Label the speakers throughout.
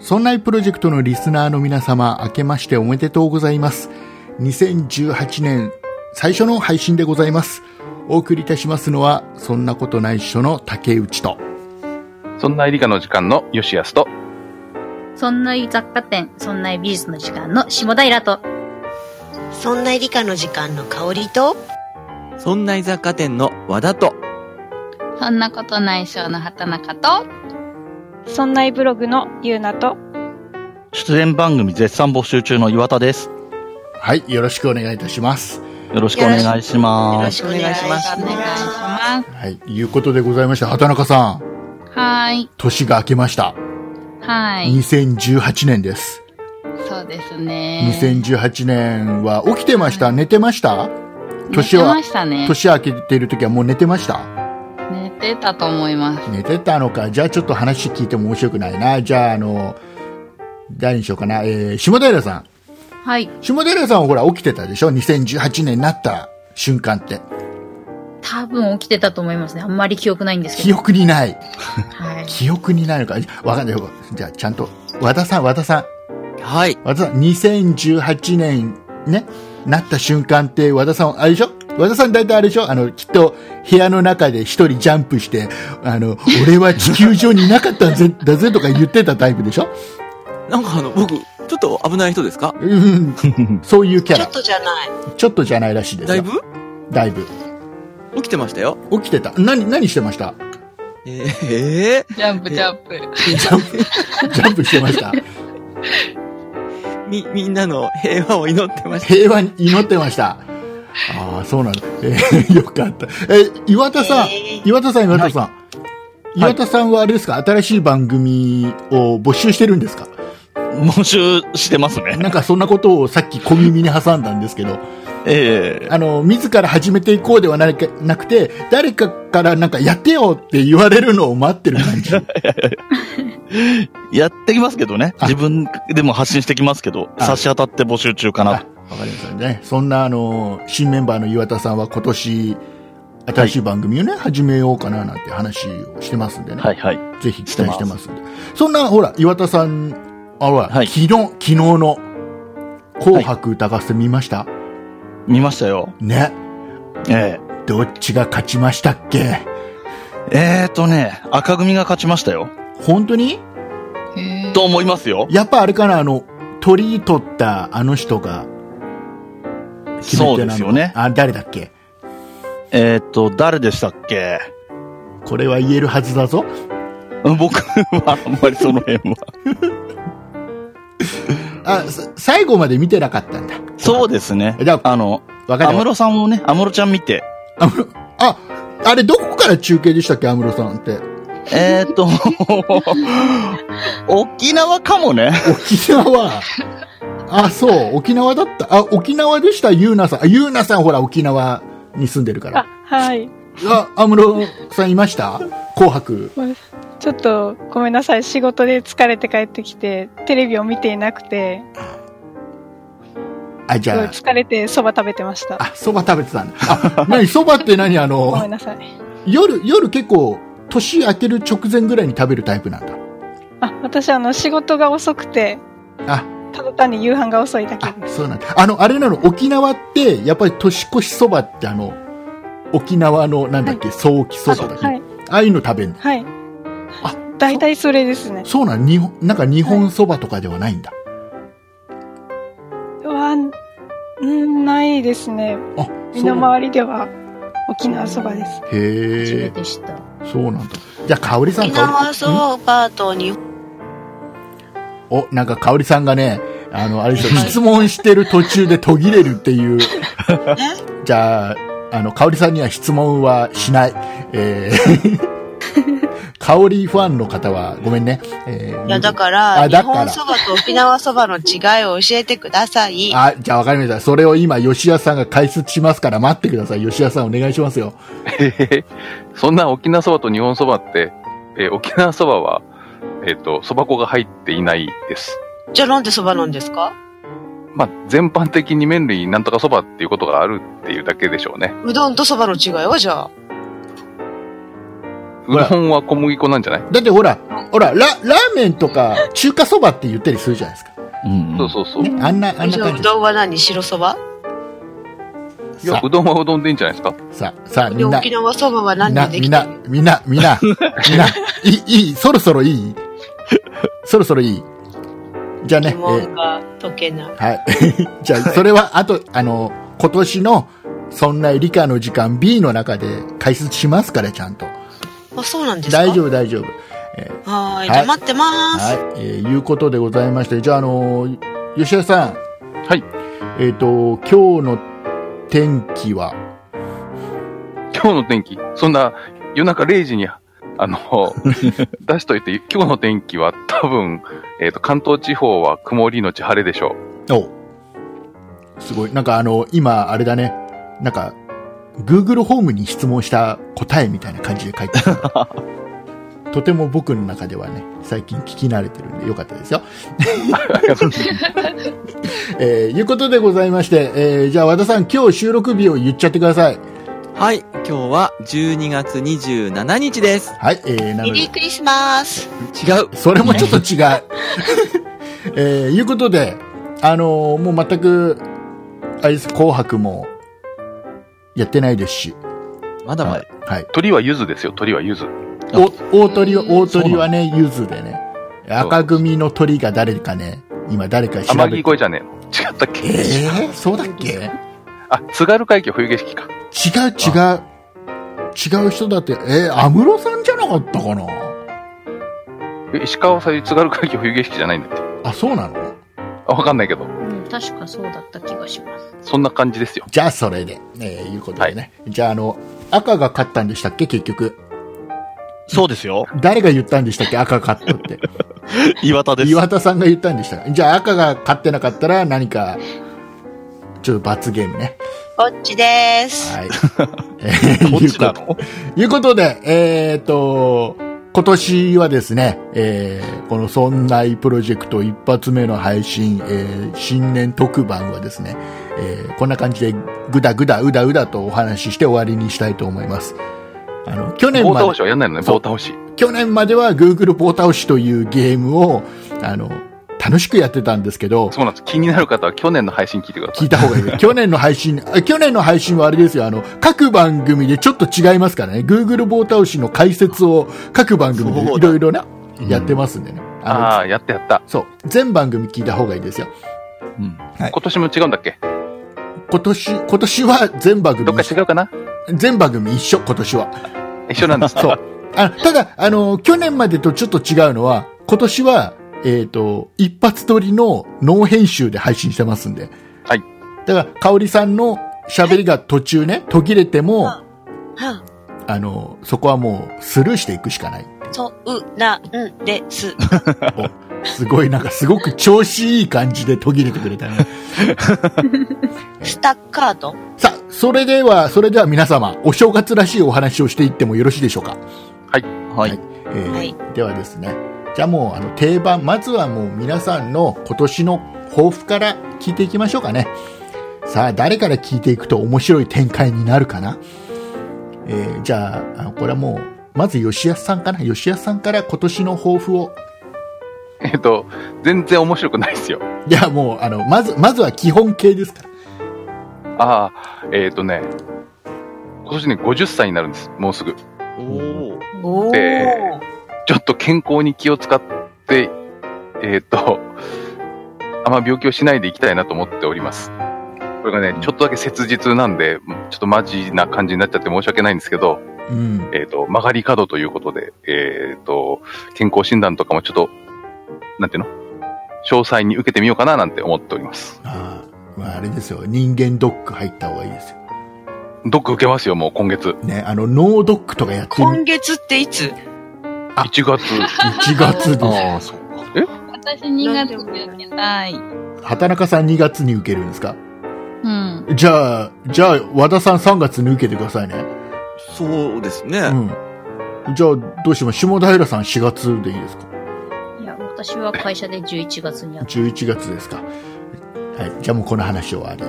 Speaker 1: そんなプロジェクトのリスナーの皆様、明けましておめでとうございます。2018年最初の配信でございます。お送りいたしますのは、そんなことないっしょの竹内と。
Speaker 2: そんなエリカの時間のよしやすと、
Speaker 3: そんない雑貨店、そんない美術の時間の下平と、
Speaker 4: そんな理科の時間の香りと、
Speaker 5: そんな居雑貨店の和田と、
Speaker 3: そんなことない章の畑中と、
Speaker 6: そんないブログのゆうなと、
Speaker 7: 出演番組絶賛募集中の岩田です。
Speaker 1: はい、よろしくお願いいたします。
Speaker 7: よろしくお願いし
Speaker 4: よ
Speaker 7: ま
Speaker 4: ろ
Speaker 7: す。
Speaker 4: しくお願いします。
Speaker 3: お願いします。
Speaker 1: はい、いうことでございまして、畑中さん、
Speaker 3: はーい。
Speaker 1: 年が明けました。
Speaker 3: はい。
Speaker 1: 2018年です。
Speaker 3: そうですね。
Speaker 1: 2018年は起きてました寝てました年
Speaker 3: 寝て
Speaker 1: は
Speaker 3: ま、したね。
Speaker 1: 年明けてる時はもう寝てました
Speaker 3: 寝てたと思います。
Speaker 1: 寝てたのか。じゃあちょっと話聞いても面白くないな。じゃああの、誰にしようかな。えー、下平さん。
Speaker 3: はい。
Speaker 1: 下平さんはほら起きてたでしょ ?2018 年になった瞬間って。
Speaker 3: 多分起きてたと思いますね。あんまり記憶ないんですけ
Speaker 1: 記
Speaker 3: ど。
Speaker 1: 憶にない。
Speaker 3: はい。
Speaker 1: 記憶にないのか。わかんない。じゃあちゃんと。和田さん、和田さん。
Speaker 5: はい。
Speaker 1: 和田さん、2018年ね、なった瞬間って和田さん、あれでしょ和田さん大体あれでしょあの、きっと部屋の中で一人ジャンプして、あの、俺は地球上にいなかったぜ、だぜとか言ってたタイプでしょ
Speaker 5: なんかあの、僕、ちょっと危ない人ですか
Speaker 1: うん、そういうキャ
Speaker 4: ちょ
Speaker 1: ラ
Speaker 4: っ。とじゃない。
Speaker 1: ちょっとじゃないらしいです
Speaker 5: だい
Speaker 1: よ。
Speaker 5: ぶ
Speaker 1: だいぶ。
Speaker 5: 起きてましたよ。
Speaker 1: 起きてた。何、何してました
Speaker 5: えー、え
Speaker 3: ジャンプジャンプ。
Speaker 1: ジャンプ、ジ ャンプしてました。
Speaker 5: ー、み、みんなの平和を祈ってまし
Speaker 1: 平和に祈ってました。ああ、そうなんだ。えー よかった。えー岩田さん、
Speaker 4: え
Speaker 1: 岩田さん、岩田さん。岩田さんはあれですか新しい番組を募集してるんですか
Speaker 7: 募集してますね。
Speaker 1: なんかそんなことをさっき小耳に挟んだんですけど、
Speaker 7: ええ
Speaker 1: あの、自ら始めていこうではなくなくて、誰かからなんかやってよって言われるのを待ってる感じ。
Speaker 7: やってきますけどね。
Speaker 1: あ
Speaker 7: 自分でも発信してきますけど、
Speaker 1: あ
Speaker 7: 差し当たって募集中か
Speaker 1: あ
Speaker 7: な。
Speaker 1: わかりましたね。そんな、あの、新メンバーの岩田さんは今年、新しい番組をね、始めようかななんて話をしてますんでね。
Speaker 7: はいはい。
Speaker 1: ぜひ期待してますんで。そんな、ほら、岩田さん、あ、ほら、
Speaker 7: はい
Speaker 1: 昨日、昨日の、紅白歌合戦見ました、
Speaker 7: 見ましたよ。
Speaker 1: ね。
Speaker 7: え
Speaker 1: どっちが勝ちましたっけ
Speaker 7: ええーとね、赤組が勝ちましたよ。
Speaker 1: 本当に
Speaker 7: と思いますよ。
Speaker 1: やっぱあれかな、あの、鳥取ったあの人が、決め
Speaker 7: そう
Speaker 1: 手
Speaker 7: で
Speaker 1: なの
Speaker 7: すよね。
Speaker 1: あ、誰だっけ
Speaker 7: えーっと、誰でしたっけ
Speaker 1: これは言えるはずだぞ。
Speaker 7: 僕はあんまりその辺 は。
Speaker 1: あ、さ最後まで見てなかったんだ。
Speaker 7: そうですね。
Speaker 1: じゃあ
Speaker 7: あの、
Speaker 1: わか
Speaker 7: 安
Speaker 1: りま
Speaker 7: 室さんもね、安室ちゃん見て、
Speaker 1: あ、あれどこから中継でしたっけ、安室さんって。
Speaker 7: えー っと、沖縄かもね。
Speaker 1: 沖縄。 あ、そう、沖縄だった。あ、沖縄でした、ゆうなさん。あ、ゆうなさんほら、沖縄に住んでるから
Speaker 6: あ。、はい。
Speaker 1: あ、安室さんいました紅白。
Speaker 6: ちょっとごめんなさい、仕事で疲れて帰ってきて、テレビを見ていなくて、
Speaker 1: あ、じ
Speaker 6: すごい
Speaker 1: ゃ
Speaker 6: 疲れてそば食べてまし
Speaker 1: あ、
Speaker 6: た。
Speaker 1: あ、蕎麦食べてたんだ。あ、何、蕎麦って何あ
Speaker 6: ごめん
Speaker 1: の、
Speaker 6: なさい。
Speaker 1: 夜、夜結構、年明ける直前ぐらいに食べるタイプなんだ。
Speaker 6: あ、私あの仕事が遅くて、
Speaker 1: あ、
Speaker 6: ただ単に夕飯が遅いだけ
Speaker 1: あ
Speaker 6: で、す。
Speaker 1: そうなんだ。あの、あれなの、沖縄って、やっぱり年越し蕎麦ってあの、沖縄の、なんだっけ、早期蕎麦だっけ、
Speaker 6: はい。
Speaker 1: ああいうの食べんの。
Speaker 6: はい。
Speaker 1: あ
Speaker 6: 大体それですね。
Speaker 1: そうなん、日本、なんか日本蕎麦とかではないんだ。
Speaker 6: は、うん、ないですね。
Speaker 1: あ、
Speaker 6: 身
Speaker 1: そう
Speaker 6: の
Speaker 1: なんだ。
Speaker 6: 回りでは沖縄そばです。
Speaker 3: 初
Speaker 1: へ
Speaker 3: め
Speaker 1: え、
Speaker 3: てした。
Speaker 1: そうなんだ。じゃあ、かおりさん、
Speaker 4: 沖
Speaker 1: かお
Speaker 4: 縄
Speaker 1: りさん。
Speaker 4: そばと日
Speaker 1: お、なんか、香織さんがね、あの、あれですよ、質問してる途中で途切れるっていう。 じゃあ、あの、香織さんには質問はしない。えー、香織ファンの方は、ごめんね。えー
Speaker 4: 本、いやだか
Speaker 1: あ
Speaker 4: ら、日
Speaker 1: だから
Speaker 4: 本そばと沖縄そばの違いを教えてください。
Speaker 1: あ、じゃあわかりました。それを今、吉谷さんが解説しますから、待ってください。吉谷さんお願いしますよ。
Speaker 2: えへへそんな沖縄そばと日本そばって、えー沖縄そばは、えっ、と、そば粉が入っていないです。
Speaker 4: じゃあなんでそばなんですか
Speaker 2: まあ、全般的に麺類なんとかそばっていうことがあるっていうだけでしょうね。
Speaker 4: うどんとそばの違いはじゃあ。
Speaker 2: うどんは小麦粉なんじゃない
Speaker 1: だってほら、ほら、ラ、ラーメンとか中華そばって言ったりするじゃないですか。
Speaker 7: うん、うん。
Speaker 2: そうそうそう。
Speaker 1: ね、あんな、あんな
Speaker 4: じゃあ
Speaker 1: 感
Speaker 4: う
Speaker 1: じ。
Speaker 4: どんは何白そば
Speaker 2: いや
Speaker 1: さ、
Speaker 2: うどんはうどんでいいんじゃないですか
Speaker 1: あ、さあ、さあ、み
Speaker 4: で
Speaker 1: んな、
Speaker 4: 沖縄そばは
Speaker 1: み
Speaker 4: 何
Speaker 1: んな、
Speaker 4: でで
Speaker 1: み
Speaker 4: き
Speaker 1: ん
Speaker 4: て
Speaker 1: な
Speaker 4: る、
Speaker 1: みんな、みんな、みんな、いい、いい、そろそろいいそろそろいいじゃあね、
Speaker 4: 疑
Speaker 1: え
Speaker 4: 問が解けない。
Speaker 1: はい。 じゃあ、それは、あと、あの、今年の、そんな理科の時間 B の中で解説しますから、ちゃんと。
Speaker 4: あ、そうなんですか
Speaker 1: 大丈夫、大丈夫。
Speaker 4: は
Speaker 1: は
Speaker 4: ーい。
Speaker 1: い
Speaker 4: じゃあ待ってまーす。
Speaker 1: はい。えーいうことでございまして、じゃあ、あの吉田さん。
Speaker 2: はい。
Speaker 1: えっ、と、今日の天気は、
Speaker 2: 今日の天気、そんな夜中0時に、あの、出しといて、今日の天気は多分、えっ、と、関東地方は曇りのち晴れでしょ
Speaker 1: おすごい。なんかあの、今、あれだね。なんか、Google ホームに質問した答えみたいな感じで書いてある。 とても僕の中ではね、最近聞き慣れてるんでよかった ですよ。
Speaker 2: う。ありがとうございます
Speaker 1: えーいうことでございまして、えーじゃあ和田さん、今日収録日を言っちゃってください。
Speaker 5: はい、今日は12月27日です。
Speaker 1: はい、えー、な
Speaker 4: メ
Speaker 1: の
Speaker 4: リ
Speaker 1: で
Speaker 4: ー、クリスマス。
Speaker 5: 違う。
Speaker 1: それもちょっと違 う。えーいうことで、あのーもう全く、あれです、紅白も、やってないですし、
Speaker 5: まだまだ。
Speaker 1: はい。
Speaker 2: 鳥はゆずですよ、鳥はゆず。
Speaker 1: お大鳥は、大鳥はね、ゆずでね、赤組の鳥が誰かね、今誰か調
Speaker 2: 天
Speaker 1: べ
Speaker 2: 城
Speaker 1: て。
Speaker 2: 越えじゃねえの。違ったっけ、
Speaker 1: えー、そうだっけ違う違
Speaker 2: あ、津軽海峡冬景色か。
Speaker 1: う。違う人だって、えー、安室さんじゃなかったかな
Speaker 2: え石川さゆり津軽海峡冬景色じゃないんだって。
Speaker 1: あ、そうなの
Speaker 2: あ、わかんないけど、
Speaker 3: うん、確かそうだった気がします。
Speaker 2: そんな感じですよ。
Speaker 1: じゃあ、それで、えーいうことでね。じゃあ、あの、赤が勝ったんでしたっけ結局。
Speaker 7: そうです よ。
Speaker 1: 誰が言ったんでしたっけ赤が勝った って。
Speaker 7: 岩田です。
Speaker 1: 岩田さんが言ったんでした。じゃあ、赤が勝ってなかったら何か、ちょっと罰ゲームね。
Speaker 4: こっちでーす。
Speaker 1: はい。えー
Speaker 7: どっちな
Speaker 1: いうこと
Speaker 7: の
Speaker 1: いうことで、えっ、と、今年はですね、えーこのそんないプロジェクト一発目の配信、えー新年特番はですね、えーこんな感じでぐだぐだうだうだとお話しして終わりにしたいと思います。あの、去年
Speaker 2: 棒
Speaker 1: ま
Speaker 2: 倒し
Speaker 1: で、
Speaker 2: はやんないのね、
Speaker 1: そう
Speaker 2: 棒倒し。
Speaker 1: 去年までは Google 棒倒しというゲームを、あの、楽しくやってたんですけど、
Speaker 2: そうなんです。気になる方は去年の配信聞いてくださ
Speaker 1: 聞
Speaker 2: い。
Speaker 1: いた方が いい。去年の配信、あ去年の配信はあれですよ、あの、各番組でちょっと違いますからね、Google 棒倒しの解説を各番組でいろいろね、
Speaker 7: うん
Speaker 1: やってますんでね。
Speaker 2: あ
Speaker 1: の
Speaker 2: あー、やったやった。
Speaker 1: そう。全番組聞いた方がいいですよ。
Speaker 7: うん
Speaker 1: はい
Speaker 2: 今年も違うんだっけ
Speaker 1: 今年、今年は全番
Speaker 2: どっ
Speaker 1: 組
Speaker 2: か
Speaker 1: 一緒、
Speaker 2: 違うかな
Speaker 1: 全番組一緒、今年は。
Speaker 2: 一緒な んです。
Speaker 1: そう。あただ、あの、去年までとちょっと違うのは、今年は、えっ、と、一発撮りのノー編集で配信してますんで。
Speaker 2: はい。
Speaker 1: だから、香織さんの喋りが途中ね、途切れても、
Speaker 4: は
Speaker 1: あの、そこはもうスルーしていくしかない。
Speaker 4: ん、そう、なん です。
Speaker 1: すごい、なんかすごく調子いい感じで途切れてくれたね。
Speaker 4: スタッカート
Speaker 1: さあ、それでは、それでは皆様、お正月らしいお話をしていってもよろしいでしょうか。
Speaker 7: はい
Speaker 1: は。えー
Speaker 4: はい
Speaker 1: ではですね、じゃあもう、あの、定番、まずはもう皆さんの今年の抱負から聞いていきましょうかね。さあ、誰から聞いていくと面白い展開になるかなえーじゃああの、これはもう、まず吉安さんかな吉安さんから今年の抱負を
Speaker 2: えっと、全然面白くないですよ。
Speaker 1: いや、もう、あの、まず、まずは基本形ですから。
Speaker 2: ああ、えっ、とね、今年ね、50歳になるんです。もうすぐ。
Speaker 5: おお。
Speaker 4: おー。
Speaker 2: えちょっと健康に気を使って、えっ、と、あんま病気をしないでいきたいなと思っております。これがね、ちょっとだけ切実なんで、ちょっとマジな感じになっちゃって申し訳ないんですけど、
Speaker 1: うん。
Speaker 2: えっ、と、曲がり角ということで、えっ、と、健康診断とかもちょっと、なんていうの詳細に受けてみようかななんて思っております。
Speaker 1: ああ、まあ、あれですよ。人間ドック入った方がいいですよ。
Speaker 2: ドック受けますよ、もう今月。
Speaker 1: ね、あの、脳ドックとかやって
Speaker 4: 今
Speaker 1: み、
Speaker 4: 月っていつ
Speaker 1: あ
Speaker 2: 1月。
Speaker 1: 1月です。
Speaker 7: ああ、そうか。
Speaker 3: 私2月に受けたい。
Speaker 1: 畑中さん2月に受けるんですか
Speaker 3: うん。
Speaker 1: じゃあ、じゃあ、和田さん3月に受けてくださいね。
Speaker 5: そうですね。
Speaker 1: うん。じゃあ、どうします下平さん4月でいいですか
Speaker 3: いや、私は会社で11月にやっ
Speaker 1: ?11 月ですか。はい。じゃあもうこの話終わり。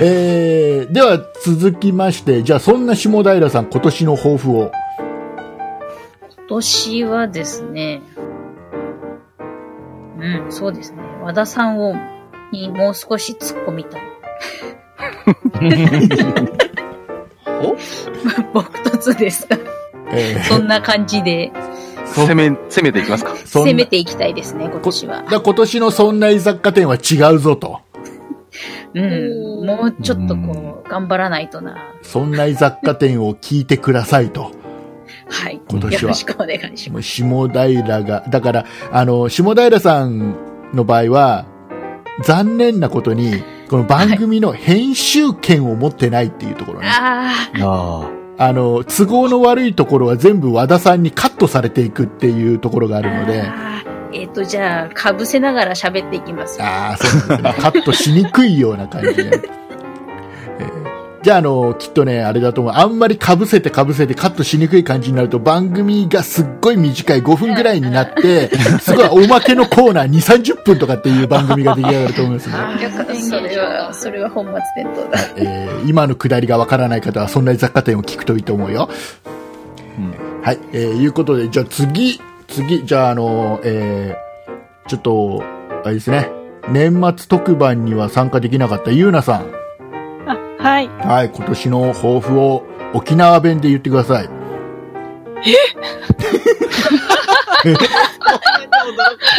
Speaker 1: えーでは続きまして、じゃあそんな下平さん、今年の抱負を。
Speaker 3: 今年はですね、うん、そうですね。和田さんを、にもう少し突っ込み たい。 僕とつですが、
Speaker 1: えー
Speaker 3: そんな感じで
Speaker 2: 攻め、攻めていきますか。
Speaker 1: そんな
Speaker 3: 攻めていきたいですね、今年は
Speaker 1: だ。から今年のそんな雑貨店は違うぞと。
Speaker 3: うん、もうちょっとこう、頑張らないとな。
Speaker 1: そんな雑貨店を聞いてくださいと。
Speaker 3: はい。
Speaker 1: 今年は
Speaker 3: よろしくお願いし
Speaker 1: も
Speaker 3: ま
Speaker 1: う下平が、だから、あの、下平さんの場合は、残念なことに、この番組の編集権を持ってないっていうところ
Speaker 3: す。
Speaker 1: ね。
Speaker 3: あ
Speaker 7: ああ。
Speaker 1: あの、都合の悪いところは全部和田さんにカットされていくっていうところがあ
Speaker 3: あ
Speaker 1: るので、
Speaker 3: ーえっ、と、じゃあ、かぶせながら喋っていきます。
Speaker 1: ああ、そうですね。カットしにくいような感じで。えーじゃあ、あの、きっとね、あれだと思う。あんまり被せて被せてカットしにくい感じになると、番組がすっごい短い5分ぐらいになって、すごいおまけのコーナー2、30分とかっていう番組が出来上がると思いますね。
Speaker 3: よかったそれは、それは本末転倒だ。
Speaker 1: えー今のくだりがわからない方は、そんな雑貨店を聞くといいと思うよ。はい、えーいうことで、じゃあ次、次、じゃああの、えーちょっと、あれですね、年末特番には参加できなかったゆうなさん。
Speaker 6: あ、はい。
Speaker 1: はい、今年の抱負を沖縄弁で言ってください。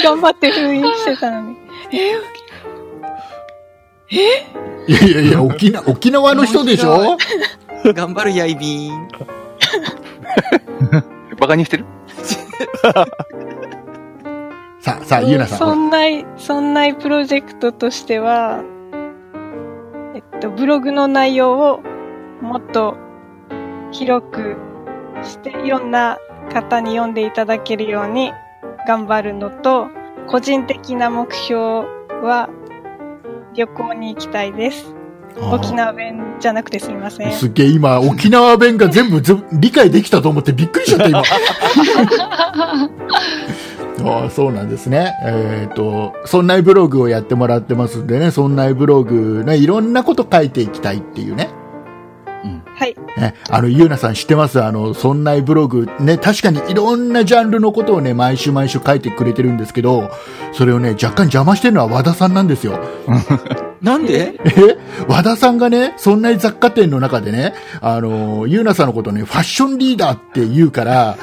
Speaker 6: 頑張って封印して たのに。
Speaker 1: いやいやいや、沖縄、沖縄の人でしょ
Speaker 5: 頑張るやいびーん。
Speaker 2: バカにしてる
Speaker 1: さあ、さあ、ゆうなさ
Speaker 6: そ
Speaker 1: ん。
Speaker 6: んな、そんなプロジェクトとしては、えっと、ブログの内容をもっと広くして、いろんな方に読んでいただけるように頑張るのと、個人的な目標は旅行に行きたいです。沖縄弁じゃなくてすみません。
Speaker 1: すげえ、今、沖縄弁が全部ず理解できたと思ってびっくりしちゃった、今。ああそうなんですね。えっ、と、そんなブログをやってもらってますんでね、そんなブログね、いろんなこと書いていきたいっていうね。
Speaker 6: はい。
Speaker 1: ね、あの、ゆうなさん知ってますあの、そんなブログ、ね、確かにいろんなジャンルのことをね、毎週毎週書いてくれてるんですけど、それをね、若干邪魔してるのは和田さんなんですよ。
Speaker 5: なんで
Speaker 1: え和田さんがね、そんな雑貨店の中でね、あの、ゆうなさんのことをね、ファッションリーダーって言うから、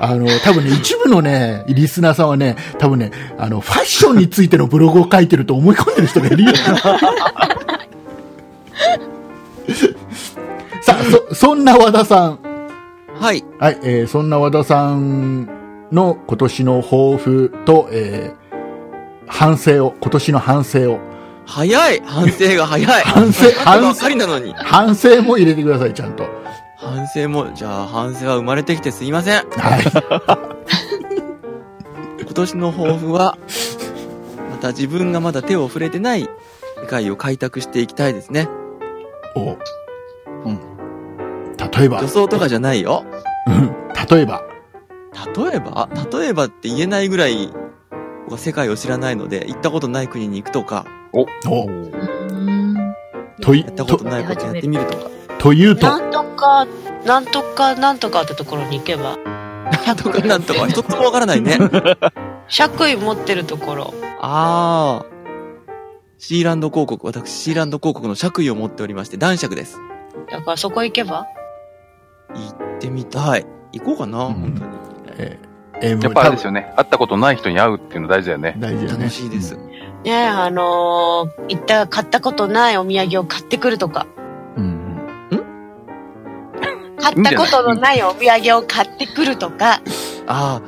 Speaker 1: あの、多分ね、一部のね、リスナーさんはね、多分ね、あの、ファッションについてのブログを書いてると思い込んでる人がいるよ。さあ、そ、そんな和田さん。
Speaker 5: はい。
Speaker 1: はい、えーそんな和田さんの今年の抱負と、えー反省を、今年の反省を、
Speaker 5: 早い反省が早い
Speaker 1: 反 省
Speaker 5: あばっかりなのに。
Speaker 1: 反省も入れてください、ちゃんと。
Speaker 5: 反省も、じゃあ反省は生まれてきてすいません。
Speaker 1: はい。
Speaker 5: 今年の抱負は、また自分がまだ手を触れてない世界を開拓していきたいですね。
Speaker 1: お
Speaker 7: うん
Speaker 1: 例えば
Speaker 5: 女、装とかじゃないよ。
Speaker 1: 例えば、
Speaker 5: 例えば例えばって言えないぐらい、僕は世界を知らないので、行ったことない国に行くとか、
Speaker 1: おと
Speaker 3: と
Speaker 1: い
Speaker 5: やったことないことやってみるとか。
Speaker 1: というと、
Speaker 4: なんとか、なんとか、なんとかってところに行けば。
Speaker 5: なんとかなんとか、一つもわからないね。
Speaker 4: 爵位持ってるところ。
Speaker 5: あー。シーランド広告、私、シーランド広告の爵位を持っておりまして、男爵です。
Speaker 4: だからそこ行けば
Speaker 5: 行ってみたい。行こうかな、
Speaker 7: うん
Speaker 5: 本当に。
Speaker 1: えーえーもう
Speaker 2: やっぱあれです
Speaker 1: 多
Speaker 2: よね。会ったことない人に会うっていうの大事だよね
Speaker 1: 分。大事だよ
Speaker 5: 楽
Speaker 1: ね。
Speaker 5: しいです。
Speaker 4: ねえ、あのー行った、買ったことないお土産を買ってくるとか。
Speaker 7: うん。
Speaker 4: 買ったことのないお土産を買ってくるとか。
Speaker 5: あ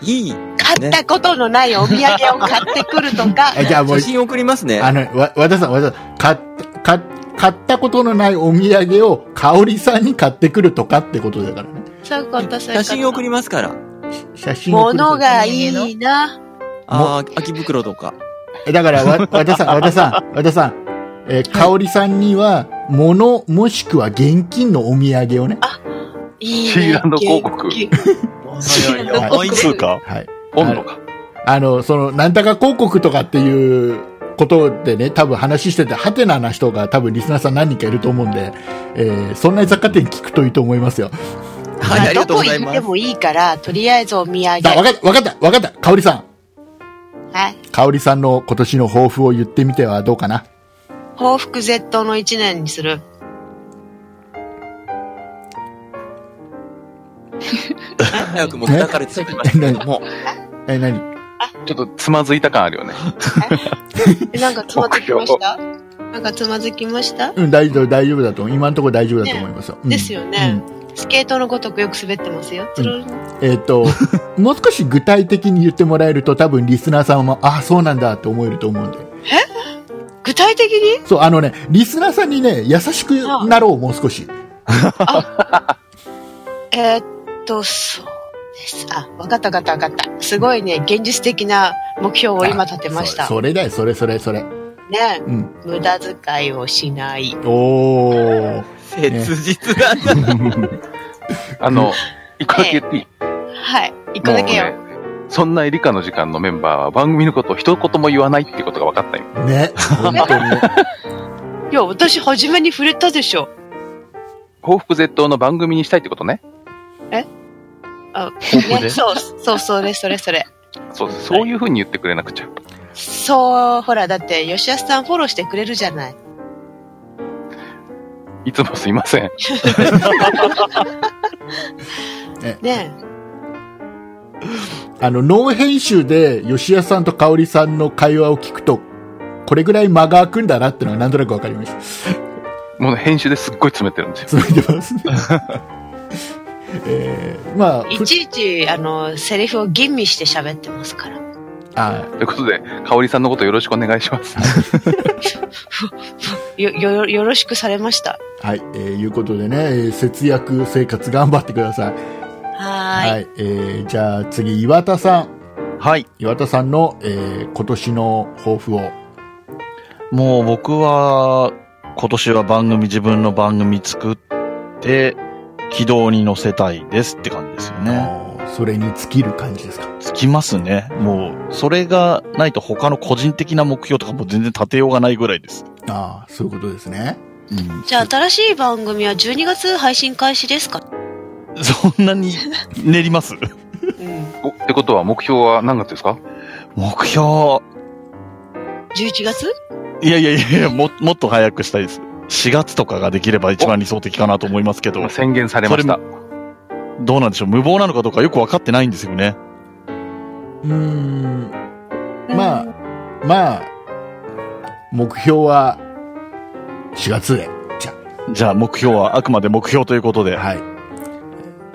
Speaker 5: ー、いい。
Speaker 4: 買ったことのないお土産を買ってくるとか。
Speaker 1: あじゃあもう
Speaker 5: 写、真送りますね。
Speaker 1: あの、わ和田さん、和田さん、買った、買買ったことのないお土産を香織さんに買ってくるとかってことだからね。
Speaker 4: そういうこと、そういうこと。
Speaker 5: 写真送りますから。
Speaker 1: 写真を送る
Speaker 4: 物がいいな。
Speaker 5: ああ、空き袋とか。
Speaker 1: えだから、わ、和田さん、和田さん、和田さん、えー、香織さんには、物、もしくは現金のお土産をね。
Speaker 4: いいね。
Speaker 2: シーランド広告
Speaker 4: 元気
Speaker 1: はい
Speaker 7: 通貨
Speaker 1: はい。
Speaker 2: 温度か。
Speaker 1: あの、その、なんだか広告とかっていうことでね、多分話してて、ハテナな人が多分リスナーさん何人かいると思うんで、えーそんな雑貨店聞くといいと思いますよ。
Speaker 5: はい、ありがと
Speaker 4: ど
Speaker 5: うご
Speaker 4: こ
Speaker 5: ざい
Speaker 4: 行っ
Speaker 5: ま
Speaker 4: て
Speaker 5: す。
Speaker 4: もいいから、とりあえずお土産。
Speaker 1: だ、わかった、わかった、わかった。香織さん。
Speaker 4: はい。
Speaker 1: 香織さんの今年の抱負を言ってみてはどうかな。
Speaker 4: 報復絶倒の一年にする。
Speaker 5: 早くも砕かれてしまいましたけども、
Speaker 1: え、何
Speaker 2: ちょっとつまずいた感あるよね。
Speaker 4: えなんかつまずきましたなんかつまずきました
Speaker 1: うん、大丈夫、大丈夫だと思う。今のところ大丈夫だと思いますよ。うん
Speaker 4: ですよね。スケートのごとくよく滑ってますよ。つる
Speaker 1: う
Speaker 4: ん
Speaker 1: んえっ、 と、もう少し具体的に言ってもらえると多分リスナーさんも、ああ、そうなんだって思えると思うんで。
Speaker 4: 具体的に
Speaker 1: そう、あのね、リスナーさんにね、優しくなろう、もう少し。
Speaker 4: えーっと、そうです。あ、わかったわかったわかった。すごいね、現実的な目標を今立てました
Speaker 1: そ。それだよ、それそれそれ。
Speaker 4: ね
Speaker 1: うん。
Speaker 4: 無駄遣いをしない。
Speaker 1: おー。
Speaker 5: 切実だな。
Speaker 2: あの、一個だけ言っていい
Speaker 4: はい。一個だけよ。
Speaker 2: もうねそんなエリカの時間のメンバーは番組のことを一言も言わないってことが分かったよ。
Speaker 1: ね、本当に。
Speaker 4: いや、私初めに触れたでしょ。
Speaker 2: 報復絶倒の番組にしたいってことね。
Speaker 4: あ、
Speaker 7: こ
Speaker 4: ね、
Speaker 7: で
Speaker 4: そう、そう、それ、それ、それ。
Speaker 2: そう、そういうふうに言ってくれなくちゃ。
Speaker 4: そう、ほら、だって、吉安さんフォローしてくれるじゃない。
Speaker 2: いつもすいません。
Speaker 4: ね
Speaker 1: あの、ノー編集で吉安さんと香織さんの会話を聞くと、これぐらい間が空くんだなってのがなんとなくわかり ました。
Speaker 2: もうね編集ですっごい詰めてるんですよ。
Speaker 1: 続いて ますね。えー、まあ、
Speaker 4: え。い
Speaker 1: ふ
Speaker 4: ちいち、あの、セリフを吟味して喋ってますから。
Speaker 1: あ
Speaker 2: ということで、香織さんのことよろしくお願いします。
Speaker 4: よ、よよ、よろしくされました。
Speaker 1: はい、えー、いうことでね、えー節約生活頑張ってください。
Speaker 4: はーい。
Speaker 1: はい、えー、じゃあ次、岩田さん。
Speaker 7: はい。
Speaker 1: 岩田さんの、えー、今年の抱負を。
Speaker 7: もう僕は、今年は番組、自分の番組作って、軌道に乗せたいですって感じですよね。
Speaker 1: あーそれに尽きる感じですか。
Speaker 7: つきますね。もう、それがないと他の個人的な目標とかも全然立てようがないぐらいです。
Speaker 1: ああ、そういうことですね。
Speaker 7: うん。
Speaker 4: じゃあ、新しい番組は12月配信開始ですか
Speaker 7: そんな に練ります
Speaker 4: うん。
Speaker 2: おってことは目標は何月ですか
Speaker 7: 目標、
Speaker 4: 11月
Speaker 7: いやいやいやいや、も、もっと早くしたいです。4月とかができれば一番理想的かなと思いますけど、
Speaker 2: 宣言されました。
Speaker 7: どうなんでしょう無謀なのかどうかよくわかってないんですよね。
Speaker 1: うーん、まあ、まあ、目標は4月で。じゃ
Speaker 7: じゃあ目標はあくまで目標ということで。
Speaker 1: あ、
Speaker 7: はい。
Speaker 1: はい。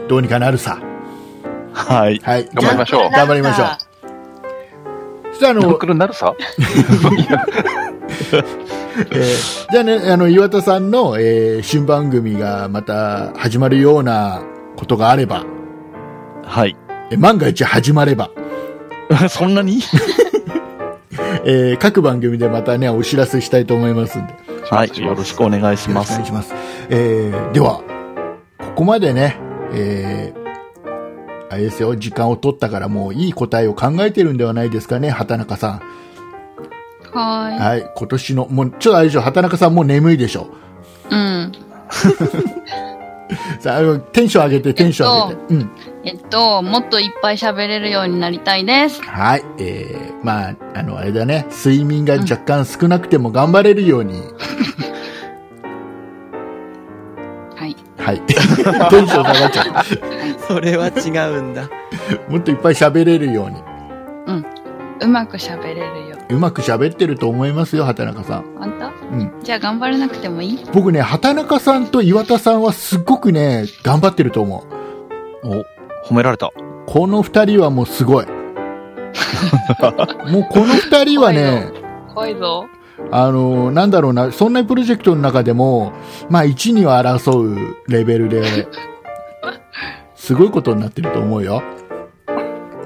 Speaker 1: どうにかなるさ。はい。
Speaker 2: 頑張りましょう
Speaker 1: じゃあ頑張りましょ
Speaker 4: なんか
Speaker 1: う。そしたらあ
Speaker 2: ドブ
Speaker 1: の
Speaker 2: ク、ロになるさ
Speaker 1: えーじゃあね、あの、岩田さんの、えー新番組がまた始まるようなことがあれば、
Speaker 7: はい。
Speaker 1: え万が一始まれば、
Speaker 7: そんなに
Speaker 1: えー各番組でまたね、お知らせしたいと思いますんで。
Speaker 7: はい。よろしくお願いし
Speaker 1: よ
Speaker 7: ま
Speaker 1: ろしくお願
Speaker 7: す
Speaker 1: い。します。えー、では、ここまでね、えー、あれですよ、時間を取ったからもういい答えを考えてるんではないですかね、畑中さん。
Speaker 3: は
Speaker 1: はい、今年の、もう、ちょっとあれでしょ、畑中さんもう眠いでしょ。
Speaker 3: ーい。うん。
Speaker 1: さああの、テンション上げて、テンション上げて。うん。
Speaker 3: えっと、もっといっぱい喋れるようになりたいです。
Speaker 1: はい、えー、まあ、あの、あれだね、睡眠が若干少なくても頑張れるように、
Speaker 3: はい。
Speaker 1: はい。 テンション下がっちゃ
Speaker 5: それは違うんだ。
Speaker 1: う。もっといっぱい喋れるように。
Speaker 3: うまく喋れるよ。
Speaker 1: うまく喋ってると思いますよ、畑中さん。
Speaker 3: あんた
Speaker 1: うん。
Speaker 3: じゃあ頑張らなくてもいい
Speaker 1: 僕ね、畑中さんと岩田さんはすっごくね、頑張ってると思う。
Speaker 7: お、褒められた。
Speaker 1: この二人はもうす ごい。もうこの二人はね、
Speaker 3: 怖いぞ。
Speaker 1: あの、なんだろうな、そんなプロジェクトの中でも、まあ一には争うレベルで、すごいことになってると思うよ。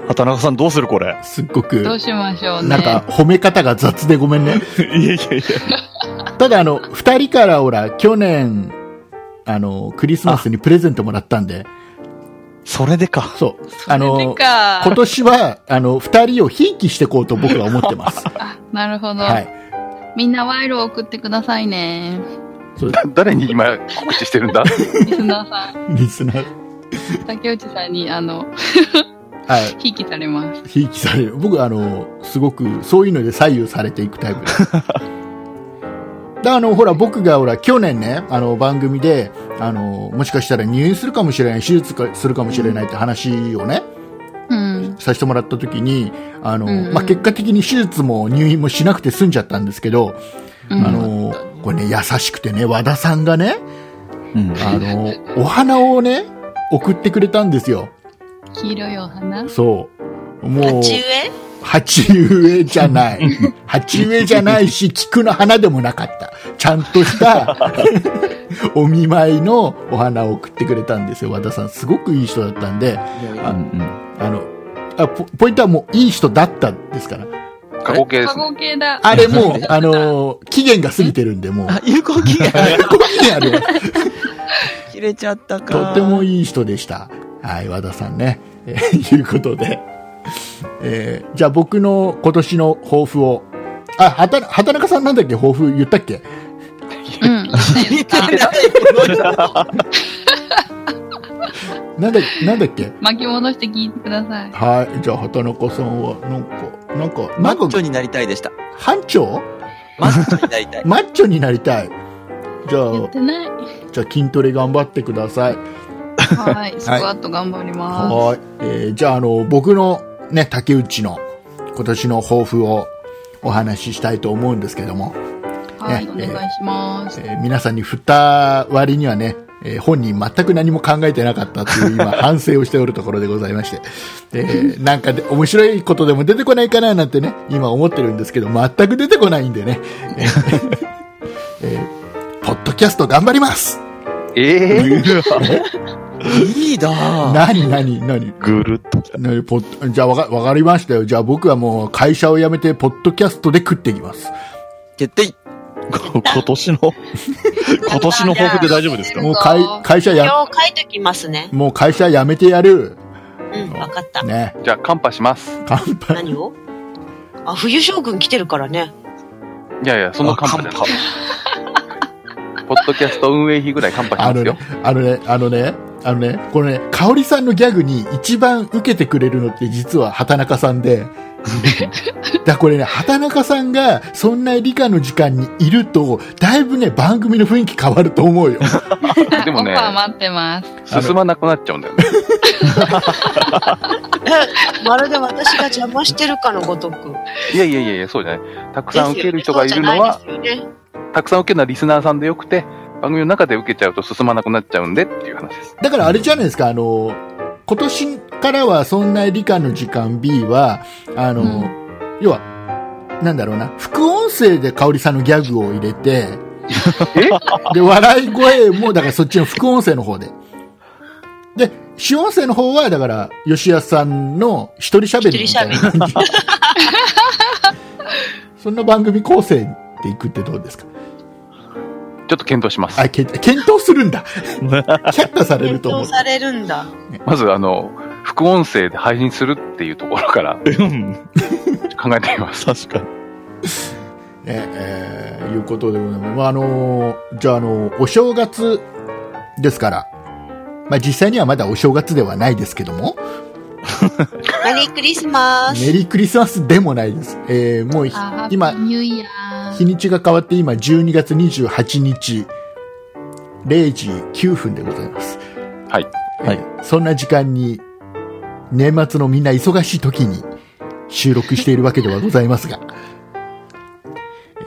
Speaker 7: 畑中さんどうするこれ。
Speaker 1: すっごく
Speaker 3: ど。うしましょうね。
Speaker 1: なんか、褒め方が雑でごめんね。
Speaker 7: いやいやいや。
Speaker 1: ただあの、二人からほら、去年、あの、クリスマスにプレゼントもらったんで、
Speaker 7: それでか。
Speaker 1: そう。あの、
Speaker 3: か
Speaker 1: 今年は、あの、二人をひいきしていこうと僕は思ってます。
Speaker 3: なるほど。
Speaker 1: はい。
Speaker 8: みんな賄賂を送ってくださいね。
Speaker 1: そう
Speaker 2: だ誰に今告知してるん だ
Speaker 8: リスナーさん、
Speaker 1: リスナー、
Speaker 8: 竹内さんに、あの、
Speaker 1: はい、
Speaker 8: 引きされます。
Speaker 1: ひいきされる。僕、あの、すごく、そういうので左右されていくタイプです。 だあの、ほら、僕が、ほら、去年ね、あの、番組で、あの、もしかしたら入院するかもしれない、手術かするかもしれないって話をね、
Speaker 8: うん。
Speaker 1: させてもらった時に、あの、
Speaker 8: うんうん
Speaker 1: まあ、結果的に手術も入院もしなくて済んじゃったんですけど、
Speaker 8: うん
Speaker 1: あの、これね、優しくてね、和田さんがね、
Speaker 7: うん。
Speaker 1: あの、 お花をね、送ってくれたんですよ。
Speaker 8: 黄色いお花。
Speaker 1: そう。もう、
Speaker 4: 鉢植え
Speaker 1: 鉢植えじゃない。 鉢植えじゃないし、菊の花でもなかった。ちゃんとした お見舞いのお花を送ってくれたんですよ。和田さん、すごくいい人だったんで、
Speaker 7: う
Speaker 5: あ
Speaker 7: んうん
Speaker 1: あの、あポポイントはもういい人だったんですから。
Speaker 2: 過去形で
Speaker 8: カ
Speaker 2: すね
Speaker 8: ゴ系だ。
Speaker 1: あれ もう、あの、期限が過ぎてるんで、もう。
Speaker 5: あ、有効期限
Speaker 1: ご期限あります。
Speaker 5: 切れちゃったか。
Speaker 1: とても
Speaker 5: い。
Speaker 1: いい人でした。はい、和田さんね。えーいうことで。えーじゃあ僕の今年の抱負を。あ、畑畑中さんなんだっけ抱負言ったっけ
Speaker 8: うん。
Speaker 5: 見てないこの人
Speaker 1: なんだなんだっけ
Speaker 8: 巻き戻して聞いてください。
Speaker 1: はい、じゃあ畑中さんは、なんか、なんか、な
Speaker 5: マッ
Speaker 1: ん
Speaker 5: チョ
Speaker 1: か、
Speaker 5: になりたいでした。
Speaker 1: 班長
Speaker 5: マッチョになりたい。
Speaker 1: マッチョになりたい。じゃ
Speaker 8: 言っ
Speaker 1: あ、
Speaker 8: てない。
Speaker 1: じゃあ筋トレ頑張ってください。
Speaker 8: はい。スクワット頑張りま
Speaker 1: はい。えーじゃあ、あの、僕のね、竹内の今年の抱負をお話ししたいと思うんですけども。
Speaker 8: す。はい。
Speaker 1: ね
Speaker 8: お願いします。
Speaker 1: えー皆さんに振った割にはね、えー本人全く何も考えてなかったという今反省をしておるところでございまして、えーなんかで面白いことでも出てこないかななんてね、今思ってるんですけど、全く出てこないんでね、えーえーポッドキャスト頑張ります
Speaker 2: ええ
Speaker 5: いいだ
Speaker 1: 何何何
Speaker 7: ぐるっと。
Speaker 1: 何ポッじゃあわかわかりましたよ。じゃあ僕はもう会社を辞めて、ポッドキャストで食っていきます。
Speaker 5: 決定
Speaker 7: こ今年 の、今年の抱負で大丈夫ですか
Speaker 1: もう会会社や、
Speaker 4: 今日書いときますね。
Speaker 1: もう会社辞めてやる。
Speaker 4: うん、わかった。
Speaker 1: ね。
Speaker 2: じゃあ、カンパします。
Speaker 1: 乾杯。
Speaker 4: 何をあ、冬将軍来てるからね。
Speaker 2: いやいや、そのカンパじゃない。ポッドキャスト運営費ぐらいカンパし
Speaker 1: あ
Speaker 2: ま
Speaker 1: の
Speaker 2: すよ
Speaker 1: ね。、あのね、あのね、あのね、これね、香織さんのギャグに一番受けてくれるのって実は畑中さん で、だこれね、畑中さんがそんな理科の時間にいると、だいぶね、番組の雰囲気変わると思うよ。
Speaker 2: でもね
Speaker 8: オファー待ってます。
Speaker 2: 進まなくなっちゃうんだよね。
Speaker 4: まるで私が邪魔してるかのごとく。
Speaker 2: いやいやいやいや、そうじゃない。たくさん受ける人がいるのは、
Speaker 4: そうじゃないですよね
Speaker 2: たくさん受けるのはリスナーさんでよくて、番組の中で受けちゃうと進まなくなっちゃうんでっていう話です。
Speaker 1: だからあれじゃないですか、あの、今年からはそんな理科の時間 B は、あの、
Speaker 8: うん
Speaker 1: 要は、なんだろうな、副音声で香織さんのギャグを入れて、 で、笑い声も、だからそっちの副音声の方で。で、主音声の方は、だから、吉安さんの一人喋りみたいな感じ。 そんな番組構成でいくってどうですか
Speaker 2: ちょっと検討します
Speaker 1: あ、。け検討する んだ。却下されると思う
Speaker 4: 検討。されるんだ。
Speaker 2: まず、あの、副音声で配信するっていうところから
Speaker 7: うん。
Speaker 2: 考えてみます。
Speaker 7: 確かに。
Speaker 1: ねえーいうことでございます。まあ、あのーじゃあ、あのーお正月ですから、まあ、実際にはまだお正月ではないですけども、
Speaker 4: メリークリスマス。
Speaker 1: メリークリスマスでもないです。えーもうひ
Speaker 8: あー
Speaker 1: 今
Speaker 8: ハッピーニューイヤ
Speaker 1: 日にちが変わって今12月28日、0時9分でございます。
Speaker 2: はい。
Speaker 1: はい。そんな時間に、年末のみんな忙しい時に収録しているわけではございますが、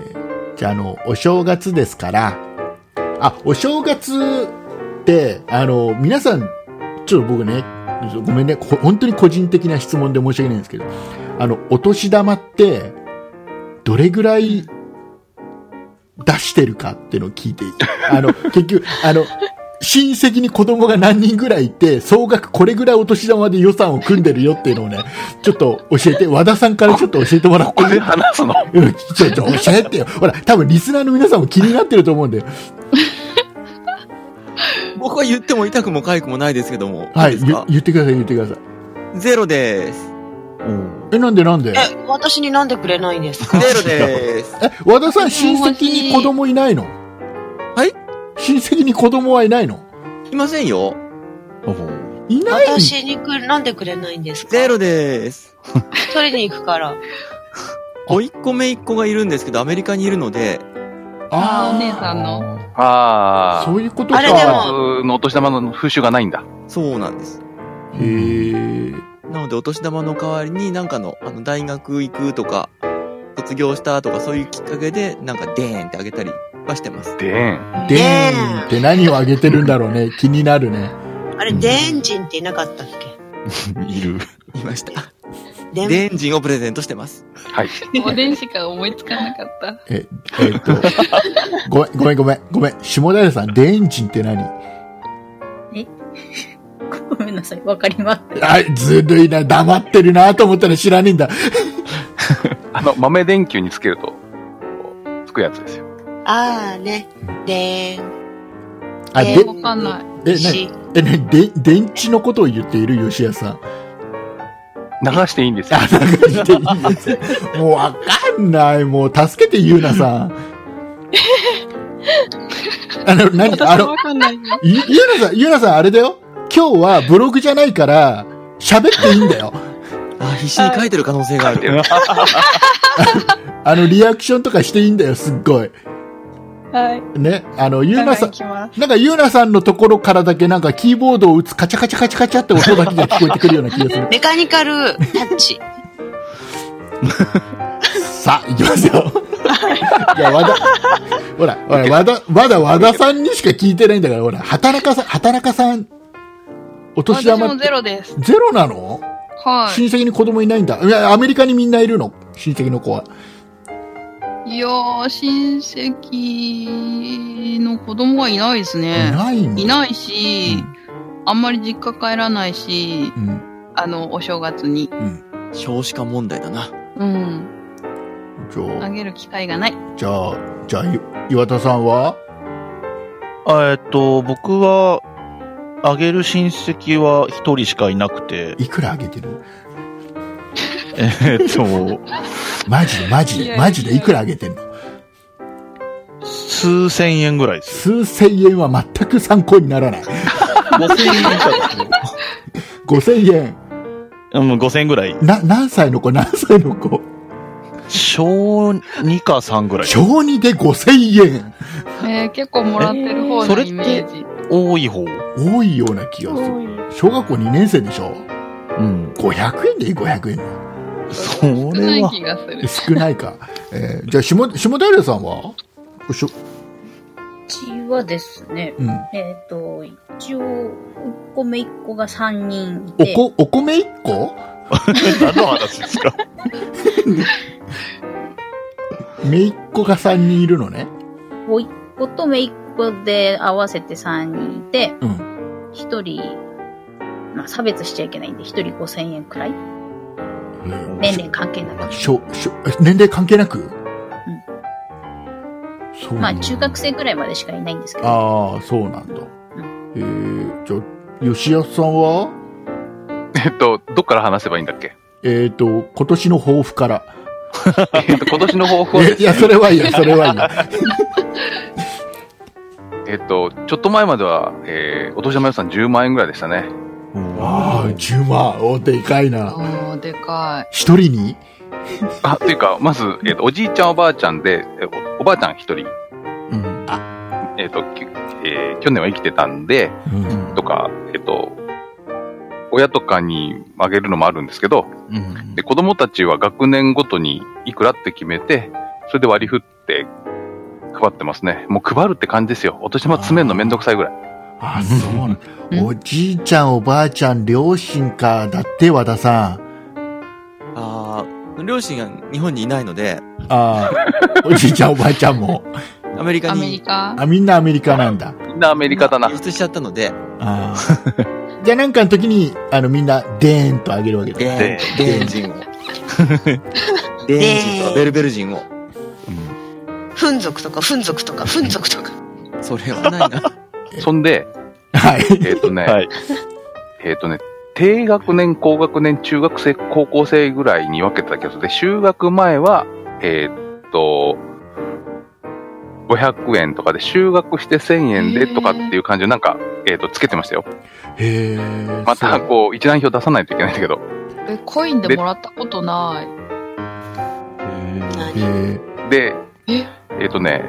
Speaker 1: えーじゃあ、あの、お正月ですから、あ、お正月って、あの、皆さん、ちょっと僕ね、ごめんね、こ本当に個人的な質問で申し訳ないんですけど、あの、お年玉って、どれぐらい出してるかっていうのを聞いて、 あの、結局、あの、親戚に子供が何人ぐらいいて、総額これぐらいお年玉で予算を組んでるよっていうのをね、ちょっと教えて、和田さんからちょっと教えてもらっ
Speaker 2: こ
Speaker 1: てい
Speaker 2: こ
Speaker 1: い
Speaker 2: で話すの
Speaker 1: うんちょ、ちょ、教えてよ。ほら、多分リスナーの皆さんも気になってると思うんで。
Speaker 5: 僕は言っても痛くも痒くもないですけども。
Speaker 1: はい、
Speaker 5: いいです
Speaker 1: ゆ
Speaker 5: か
Speaker 1: 言ってください、言ってください。
Speaker 5: ゼロです。
Speaker 7: うん
Speaker 1: え、なんでなんで
Speaker 4: え、私になんでくれないんですか
Speaker 5: ゼロでーす。
Speaker 1: え、和田さん親戚に子供いないの
Speaker 5: はい
Speaker 1: 親戚に子供はいないの
Speaker 5: いませんよ。
Speaker 7: ほほう
Speaker 1: いない
Speaker 4: 私にくれ、なんでくれないんですか
Speaker 5: ゼロでーす。
Speaker 4: 取りに行くから。
Speaker 5: おいっ子めいっ子がいるんですけど、アメリカにいるので、
Speaker 8: あーお姉さんの。
Speaker 2: あ
Speaker 1: そう
Speaker 2: あ。
Speaker 1: いうことか。
Speaker 4: あれでも
Speaker 2: 普通のお年玉の風習がないんだ。
Speaker 5: そうなんです。
Speaker 1: へー
Speaker 5: なので、お年玉の代わりになんかの、あの、大学行くとか、卒業したとか、そういうきっかけで、なんか、でーんってあげたりはしてます。
Speaker 2: でん。
Speaker 1: でーんって何をあげてるんだろうね。気になるね。
Speaker 4: あれ、デンジンっていなかったっけ
Speaker 7: いる。
Speaker 5: いました。
Speaker 4: デン
Speaker 5: でんじんをプレゼントしてます。
Speaker 2: はい。
Speaker 8: おでんしか思いつかなかった。
Speaker 1: え、えっ と、ごめん、ごめん、ごめん、ごめん。下平さん、電ンって何
Speaker 3: ごめんなさい、わかります。
Speaker 1: あ、ずるいな、黙ってるなと思ったら知らねえんだ。
Speaker 2: あの、豆電球につけると、こうつくやつですよ。
Speaker 4: ああね。デン。
Speaker 1: あ、
Speaker 4: え
Speaker 1: で、
Speaker 8: わかんない。
Speaker 1: え、な
Speaker 4: し
Speaker 1: に、え、なに、で、電池のことを言っている吉谷さん。
Speaker 2: 流していいんですよ
Speaker 1: あ、。なんかしていいんです もうわかんない。もう、助けて、ゆうな さん。あの、なに、あ
Speaker 6: 私も
Speaker 1: の
Speaker 6: わ、かんないよ。
Speaker 1: ゆゆうなさん、ゆうなさん、あれだよ。今日はブログじゃないから、喋っていいんだよ。
Speaker 5: あ、必死に書いてる可能性がある。
Speaker 1: あの、リアクションとかしていいんだよ、すっごい。
Speaker 6: はい。
Speaker 1: ね、あの、ゆうなさ
Speaker 6: い
Speaker 1: ん、
Speaker 6: きます。
Speaker 1: なんか、ゆうなさんのところからだけ、なんか、キーボードを打つカチャカチャカチャカチャって音だけが聞こえてくるような気がする。
Speaker 4: メカニカルタッチ。
Speaker 1: さあ、いきますよ。 いや、和田、ほら、ほら、和田、まだ和田さんにしか聞いてないんだから、ほら、畑中さん、畑中さん、お年
Speaker 8: 私
Speaker 1: 玉
Speaker 8: も
Speaker 1: っ
Speaker 8: ゼ
Speaker 1: て、
Speaker 8: ロです。
Speaker 1: ゼロなの、
Speaker 8: は
Speaker 1: 親戚に子供いないんだ。いや、アメリカにみんないるの親戚の子は。
Speaker 8: い。いやー、親戚の子供はいないです
Speaker 1: い
Speaker 8: ね。
Speaker 1: ないの
Speaker 8: いないし、
Speaker 1: うん
Speaker 8: あんまり実家帰らないし
Speaker 1: う、ん。
Speaker 8: あの、お正月に。
Speaker 5: 少子化問題だな。
Speaker 8: うん。
Speaker 1: じゃ
Speaker 8: あ
Speaker 1: あ、
Speaker 8: げる機会がない。
Speaker 1: じゃあ、じゃあ、い岩田さんは
Speaker 7: あえっと、僕は、あげる親戚は一人しかいなくて、
Speaker 1: いくらあげてる
Speaker 7: えっと、
Speaker 1: マ ジで、マジ
Speaker 8: い
Speaker 1: で、
Speaker 8: や
Speaker 1: マジでいくらあげてんの
Speaker 7: 数千円ぐらいです。
Speaker 1: 数千円は全く参考にならない。
Speaker 7: 五千円以下ですね。
Speaker 1: 五千円。
Speaker 7: うん、五千円ぐらい。
Speaker 1: な、何歳の子何歳の子
Speaker 7: 小2か3ぐらい。
Speaker 1: 小児で5000円
Speaker 8: えー、結構もらってる方
Speaker 7: それ
Speaker 8: の
Speaker 7: って
Speaker 8: イメージ。
Speaker 7: 多い方。
Speaker 1: 多いような気がする。
Speaker 6: 多い。
Speaker 1: 小学校2年生でしょ
Speaker 7: うん。
Speaker 1: ?500 円でいい ?500 円で。
Speaker 7: そ
Speaker 8: 少な
Speaker 7: れ
Speaker 8: い
Speaker 7: は、
Speaker 8: 気がする。
Speaker 1: 少ないか。 えーじゃあ、下、下平さんはしょ
Speaker 3: うちはですね、
Speaker 1: うん。
Speaker 3: えっ、と、一応、お米一個が3人い
Speaker 1: お
Speaker 3: て、
Speaker 1: こ、お米1個
Speaker 7: 何の話ですか
Speaker 1: めいっ子が3人いるのね。
Speaker 3: おいっ子とめいっ子で合わせて3人いて、
Speaker 1: うん。
Speaker 3: 一人、まあ差別しちゃいけないんで、一人5000円くらい年齢関係なく。
Speaker 1: しょ、しょ、え年齢関係なくそう
Speaker 3: ま
Speaker 1: な
Speaker 3: あ
Speaker 1: んだ
Speaker 3: 中学生くらいまでしかいないんですけど、
Speaker 1: ああ、そうなんだ。えー、じゃあ、吉安さんは
Speaker 2: えっと、どっから話せばいいんだっけ
Speaker 1: えっ、と、今年の抱負から。
Speaker 2: えっと、今年の抱負は
Speaker 1: え
Speaker 2: で
Speaker 1: い
Speaker 2: す
Speaker 1: や、
Speaker 2: ね、
Speaker 1: それはいいよ、それはいいよ。
Speaker 2: えっと、ちょっと前までは、えー、お年玉予算10万円ぐらいでしたね。
Speaker 1: ああ、10万。お、でかいな。
Speaker 8: おー、でか
Speaker 1: 一人に
Speaker 2: あ、というか、まず、えっと、おじいちゃんおばあちゃんで、えおおばあちゃん一人、
Speaker 7: うん。
Speaker 2: えっと、きえー去年は生きてたんで、
Speaker 1: うん。
Speaker 2: とか、えっと、親とかにあげるのもあるんですけど、
Speaker 7: うん
Speaker 2: で、子供たちは学年ごとにいくらって決めて、それで割り振って配ってますね。もう配るって感じですよ。お年玉詰めるのめんどくさいぐらい。
Speaker 1: あ、そうなん
Speaker 8: うん
Speaker 1: おじいちゃん、おばあちゃん、両親か。だって、和田さん。
Speaker 5: あー両親が日本にいないので、
Speaker 1: ああ、 おじいちゃん、おばあちゃんも。
Speaker 5: アメリ
Speaker 8: い。
Speaker 5: カ
Speaker 8: アメリ
Speaker 5: に
Speaker 8: カ
Speaker 1: あ、みんなアメリカなんだ。
Speaker 2: みんなアメリカだな
Speaker 5: 輸。出しちゃったので、
Speaker 1: ああ。じゃあ、なんかの時に、あの、みんな、でーんとあげるわけだ。
Speaker 5: でーん、でーん 人を。でーん人とベルベル人を。
Speaker 4: フン族とか、フン族とか、フン族とか。
Speaker 5: それはないな。
Speaker 2: そんで、
Speaker 1: はい。
Speaker 2: えっとね、
Speaker 7: はい。
Speaker 2: えっとね、低学年、高学年、中学生、高校生ぐらいに分けてたけど、で、就学前は、えーっと、500円とかで、就学して1000円でとかっていう感じで、なんか、えーっと、つけてましたよ。
Speaker 1: へえ。
Speaker 2: また、こう、一覧表出さないといけないんだけど。
Speaker 8: え、コインでもらったことない。
Speaker 1: そう。へ
Speaker 2: で、
Speaker 8: え
Speaker 2: えっ、とね、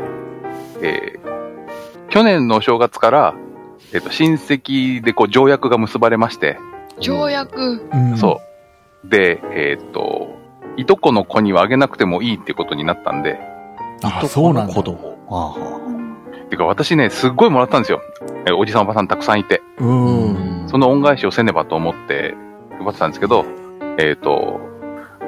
Speaker 2: えー去年のお正月から、えっ、と、親戚でこう条約が結ばれまして、
Speaker 8: 条約。
Speaker 1: え。うん
Speaker 2: そう。で、えっ、と、いとこの子にはあげなくてもいいってことになったんで、
Speaker 1: あ、そうなんだ
Speaker 7: 子。供。あ
Speaker 2: てか私ね、すっごいもらったんですよ。えーおじさんおばさんたくさんいて、
Speaker 1: うん。
Speaker 2: その恩返しをせねばと思って配ってたんですけど、えっ、と、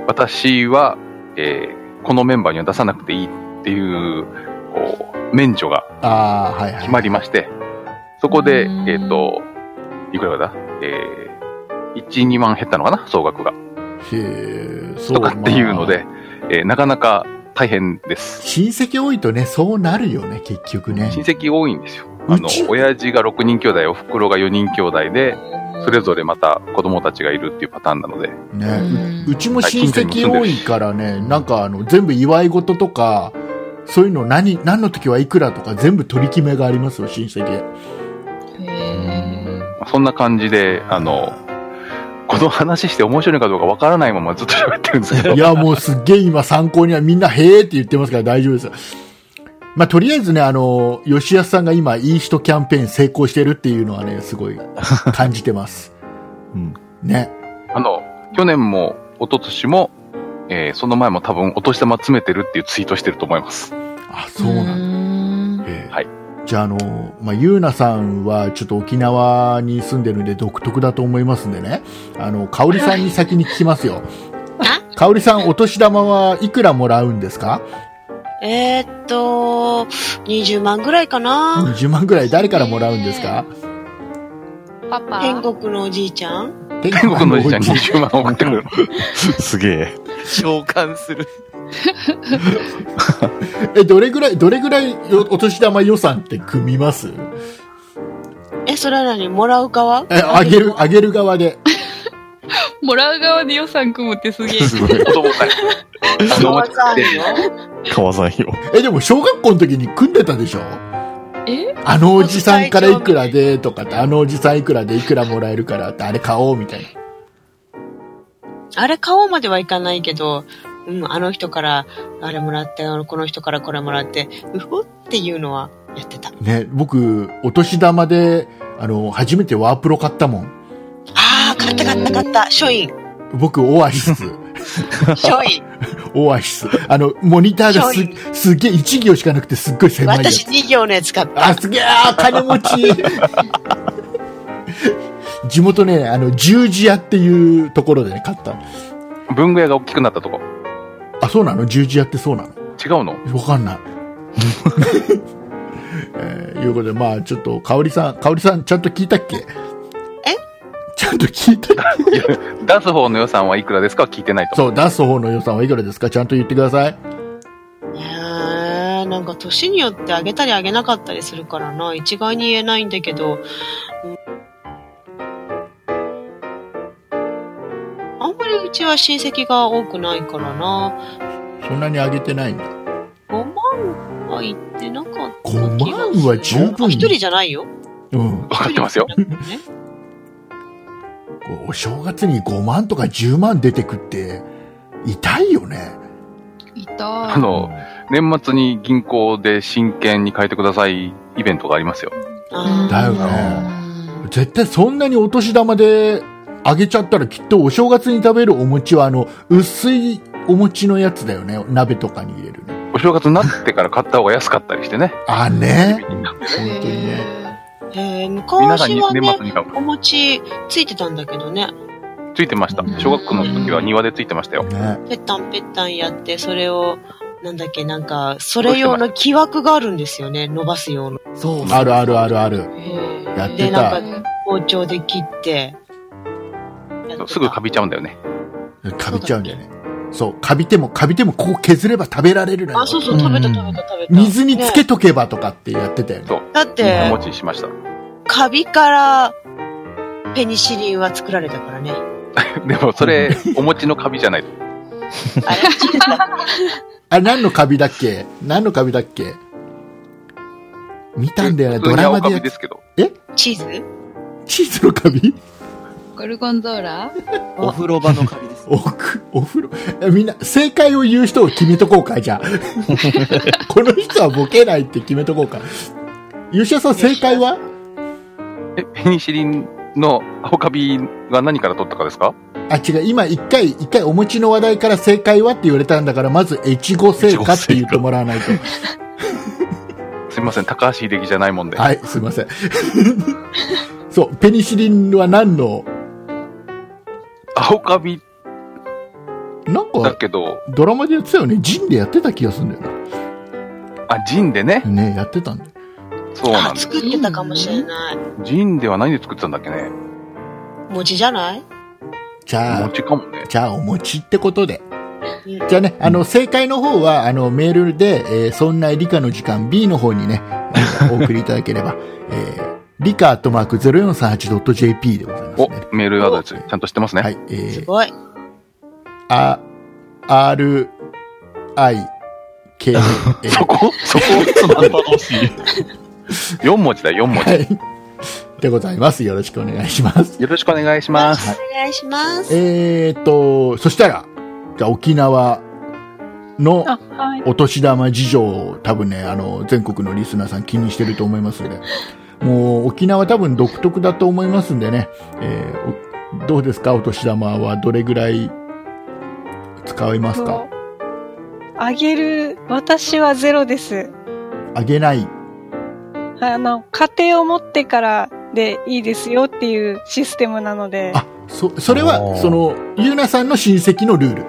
Speaker 2: 私は、えーこのメンバーには出さなくていいっていう、こう、免除が
Speaker 1: ああー、はいはい。
Speaker 2: 決まりまして、そこで
Speaker 8: う、ん
Speaker 2: えっ、と、いくらだえー、1、2万減ったのかな総額が。
Speaker 1: へえ、そう
Speaker 2: とかっていうの。
Speaker 1: ま
Speaker 2: で
Speaker 1: あ、
Speaker 2: えーなかなか大変です。
Speaker 1: 親戚多いとね、そうなるよね、結局ね。
Speaker 2: 親戚多いんですよ。あの
Speaker 1: うち、
Speaker 2: 親父が6人兄弟、お袋が4人兄弟で、それぞれまた子供たちがいるっていうパターンなので、
Speaker 1: ね
Speaker 8: うん
Speaker 1: うちも親戚多いからね、なんかあの、全部祝い事とか、そういうの何、何の時はいくらとか全部取り決めがありますよ、親戚。
Speaker 8: へ
Speaker 7: あ。
Speaker 2: まあそんな感じで、あの、この話して面白いかどうかわからないままずっと喋ってるんですけど
Speaker 1: い、や、もうすっげえ今参考にはみんなへーって言ってますから大丈夫ですよ。まあ、とりあえずね、あの、吉安さんが今、いい人キャンペーン成功してるっていうのはね、すごい感じてます。
Speaker 7: うん
Speaker 1: ね。
Speaker 2: あの、去年も、一昨年も、えーその前も多分、お年玉詰めてるっていうツイートしてると思います。
Speaker 1: あ、そうなんだ。
Speaker 8: ん
Speaker 1: ええ
Speaker 2: はい
Speaker 1: じゃあ、あの、まあ、ゆうなさんはちょっと沖縄に住んでるんで独特だと思いますんでね。あの、かおりさんに先に聞きますよ。かおりさん、お年玉はいくらもらうんですか
Speaker 4: えーっと、20万ぐらいかな。
Speaker 1: ?20 万ぐらい誰からもらうんですか
Speaker 8: パパ。
Speaker 4: 天国のおじいちゃん
Speaker 1: 天
Speaker 2: 天国のおじちゃん20万送ってくる。
Speaker 7: すげえ。
Speaker 5: 召喚する。
Speaker 1: え、どれぐらい、どれぐらいよお年玉予算って組みます
Speaker 4: え、それは何もらう側
Speaker 1: え、あげる、あげる側で。
Speaker 8: もらう側で予算組むってすげえ。
Speaker 7: すごい。
Speaker 2: 子供 たち。あの、お待ち
Speaker 4: 側
Speaker 2: して。
Speaker 7: 川さんよ。
Speaker 1: え、でも小学校の時に組んでたでしょ
Speaker 8: え
Speaker 1: あのおじさんからいくらでとかって、あのおじさんいくらでいくらもらえるからって、あれ買おうみたいな。
Speaker 4: あれ買おうまではいかないけど、うん、あの人から、あれもらって、あのこの人からこれもらって、うふっていうのはやってた。
Speaker 1: ね、僕、お年玉で、あの、初めてワープロ買ったもん。
Speaker 4: ああ、買った買った買った。書院。
Speaker 1: 僕、オアシス。
Speaker 4: 書院。
Speaker 1: オアシス。あの、モニターが
Speaker 4: 商品
Speaker 1: す、すげえ、1行しかなくてすっごい狭いやつ
Speaker 4: 私2行のやつ買った。
Speaker 1: あ、すげえ、金持ち。 地元ね、あの、十字屋っていうところでね、買ったの。
Speaker 2: 文具屋が大きくなったとこ。
Speaker 1: あ、そうなの十字屋ってそうなの
Speaker 2: 違うの
Speaker 1: わかんない。 えー、いうことで、まあ、ちょっと、かおりさん、かおりさん、ちゃんと聞いたっけえちゃんと聞いたっけ
Speaker 2: いや出す方の予算はいくらですかは聞いてないと。
Speaker 1: そう、出す方の予算はいくらですかちゃんと言ってください。
Speaker 4: えー、なんか年によってあげたりあげなかったりするからな、一概に言えないんだけど、うんあんまりうちは親戚が多くないからな、
Speaker 1: そんなに上げてないんだ。
Speaker 4: 5万は言ってなかった気が
Speaker 1: 5万は十分
Speaker 4: あ一人じゃないよ。
Speaker 1: うん。
Speaker 2: わかってますよ。
Speaker 4: 一人じゃないよね
Speaker 1: こうお正月に5万とか10万出てくって、痛いよね。
Speaker 8: い
Speaker 2: あ
Speaker 8: た。
Speaker 2: の、年末に銀行で真剣に変えてくださいイベントがありますよ。
Speaker 4: あー
Speaker 1: だよね。絶対そんなにお年玉であげちゃったらきっとお正月に食べるお餅はあの、薄いお餅のやつだよね。鍋とかに入れるね。
Speaker 2: お正月になってから買った方が安かったり してね。
Speaker 1: あ、ね。
Speaker 8: へ
Speaker 1: 本当にね。
Speaker 8: え
Speaker 4: えー
Speaker 2: 皆さん
Speaker 4: 昔
Speaker 2: に
Speaker 4: は
Speaker 2: 年
Speaker 4: ね
Speaker 2: 末、に買う。
Speaker 4: お餅ついてたんだけどね、
Speaker 2: ついてました。小学校の時は庭でついてましたよ。
Speaker 1: ね。
Speaker 4: ぺったんぺったんやって、それを、なんだっけ、なんか、それ用の木枠があるんですよね、伸ばす用の。
Speaker 5: そう
Speaker 1: あるあるあるある。やって
Speaker 4: で、
Speaker 1: た
Speaker 4: なんか、包丁で切って。やってた
Speaker 2: すぐかびちゃうんだよね。
Speaker 1: かびちゃうんだよね。そう、かびても、かびてもここ削れば食べられるのよ。
Speaker 4: あ、そうそう、食べた食べた食べた。
Speaker 1: 水につけ
Speaker 4: ね
Speaker 1: とけばとかってやってたよね。
Speaker 4: だっ
Speaker 2: お
Speaker 4: て、
Speaker 2: 持ちしました。
Speaker 4: カビから、ペニシリンは作られた からね。
Speaker 2: でもそれ、お餅のカビじゃない。
Speaker 4: あれ
Speaker 1: あれ何のカビだっけ何のカビだっけ見たんだよな、
Speaker 2: 普
Speaker 1: ド
Speaker 2: 通に
Speaker 1: ラ
Speaker 2: 青
Speaker 1: マ
Speaker 2: カ
Speaker 1: で
Speaker 2: ビ
Speaker 1: や
Speaker 2: ですけど。
Speaker 4: チーズ
Speaker 1: チーズのカビ
Speaker 8: ゴルゴンゾーラ
Speaker 5: お風呂場のカビです。
Speaker 1: おく、お風呂。えみんな、正解を言う人を決めとこうか、じゃ あ。この人はボケないって決めとこうか。吉田さん、正解は
Speaker 2: え、ペニシリンの青カビは何から取ったかですか
Speaker 1: あ、違う。今、一回、一回お餅の話題から正解はって言われたんだから、まず、越後製菓って言ってもらわないと。
Speaker 2: すみません、高橋秀樹じゃないもんで。
Speaker 1: はい、すいません。そう、ペニシリンは何の、
Speaker 2: 青カビ
Speaker 1: なん
Speaker 2: だ
Speaker 1: か、
Speaker 2: けど、
Speaker 1: ドラマでやってたよね。ジンでやってた気がするんだよ
Speaker 2: あ、ジンでね。
Speaker 1: な。ね、やってたんだよ。
Speaker 2: そうな
Speaker 4: あ
Speaker 2: ん、です。
Speaker 4: 作ってたかもしれない。
Speaker 2: ジンでは何で作ってたんだっけね。
Speaker 4: 餅じゃない
Speaker 1: じゃあ、
Speaker 2: 餅かもね。
Speaker 1: じゃあ、お餅ってことで。じゃあね、あの、正解の方は、あの、メールで、えーそんな理科の時間 B の方にね、あ のお送りいただければ、えー、理科アットマーク 0438.jp でございます
Speaker 2: お
Speaker 1: ね。、
Speaker 2: メールアドレス、ちゃんとしてますね。
Speaker 1: はい、え
Speaker 4: す
Speaker 1: ー、
Speaker 4: ごい。
Speaker 1: あ、R、I、K、A、
Speaker 2: そこそこ4文字だ、4文字。
Speaker 1: はい。でございます。よろしくお願いします。
Speaker 2: よろしくお願いします。
Speaker 4: お願いします。
Speaker 1: えーっと、そしたら、じゃあ沖縄の
Speaker 6: あ、はい。
Speaker 1: お年玉事情を多分ね、あの、全国のリスナーさん気にしてると思いますので、もう沖縄多分独特だと思いますんでね、えーおどうですかお年玉はどれぐらい使いますか
Speaker 6: あげる、私はゼロです。
Speaker 1: あげない。
Speaker 6: あの、家庭を持ってからでいいですよっていうシステムなので、
Speaker 1: あ、そ、それ
Speaker 7: お
Speaker 1: は、
Speaker 7: ー
Speaker 1: その、ゆうなさんの親戚のルール。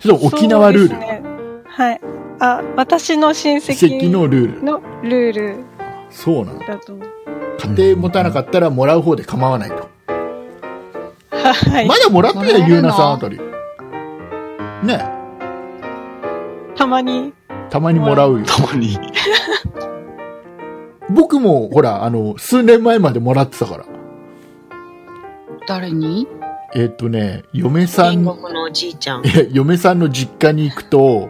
Speaker 1: それとも沖縄ルー
Speaker 6: そう
Speaker 1: ル。
Speaker 6: ですねはい。あ、私の親
Speaker 1: 親
Speaker 6: 戚
Speaker 1: 戚のルール。
Speaker 6: のルール
Speaker 1: そうなんだ。
Speaker 6: だと思う。
Speaker 1: 家庭持たなかったらもらう方で構わないと。
Speaker 6: はい。
Speaker 1: まだもらってない
Speaker 8: もらえるの
Speaker 1: ゆうなさんあたり。ね
Speaker 6: たまに。
Speaker 1: たまにもらうよ。
Speaker 7: たまに。
Speaker 1: 僕も、ほら、あの、数年前までもらってたから。
Speaker 8: 誰に
Speaker 1: えっ、とね、嫁さん、
Speaker 4: 天
Speaker 1: い
Speaker 4: 国のおじいちゃん。
Speaker 1: や 嫁さんの実家に行くと、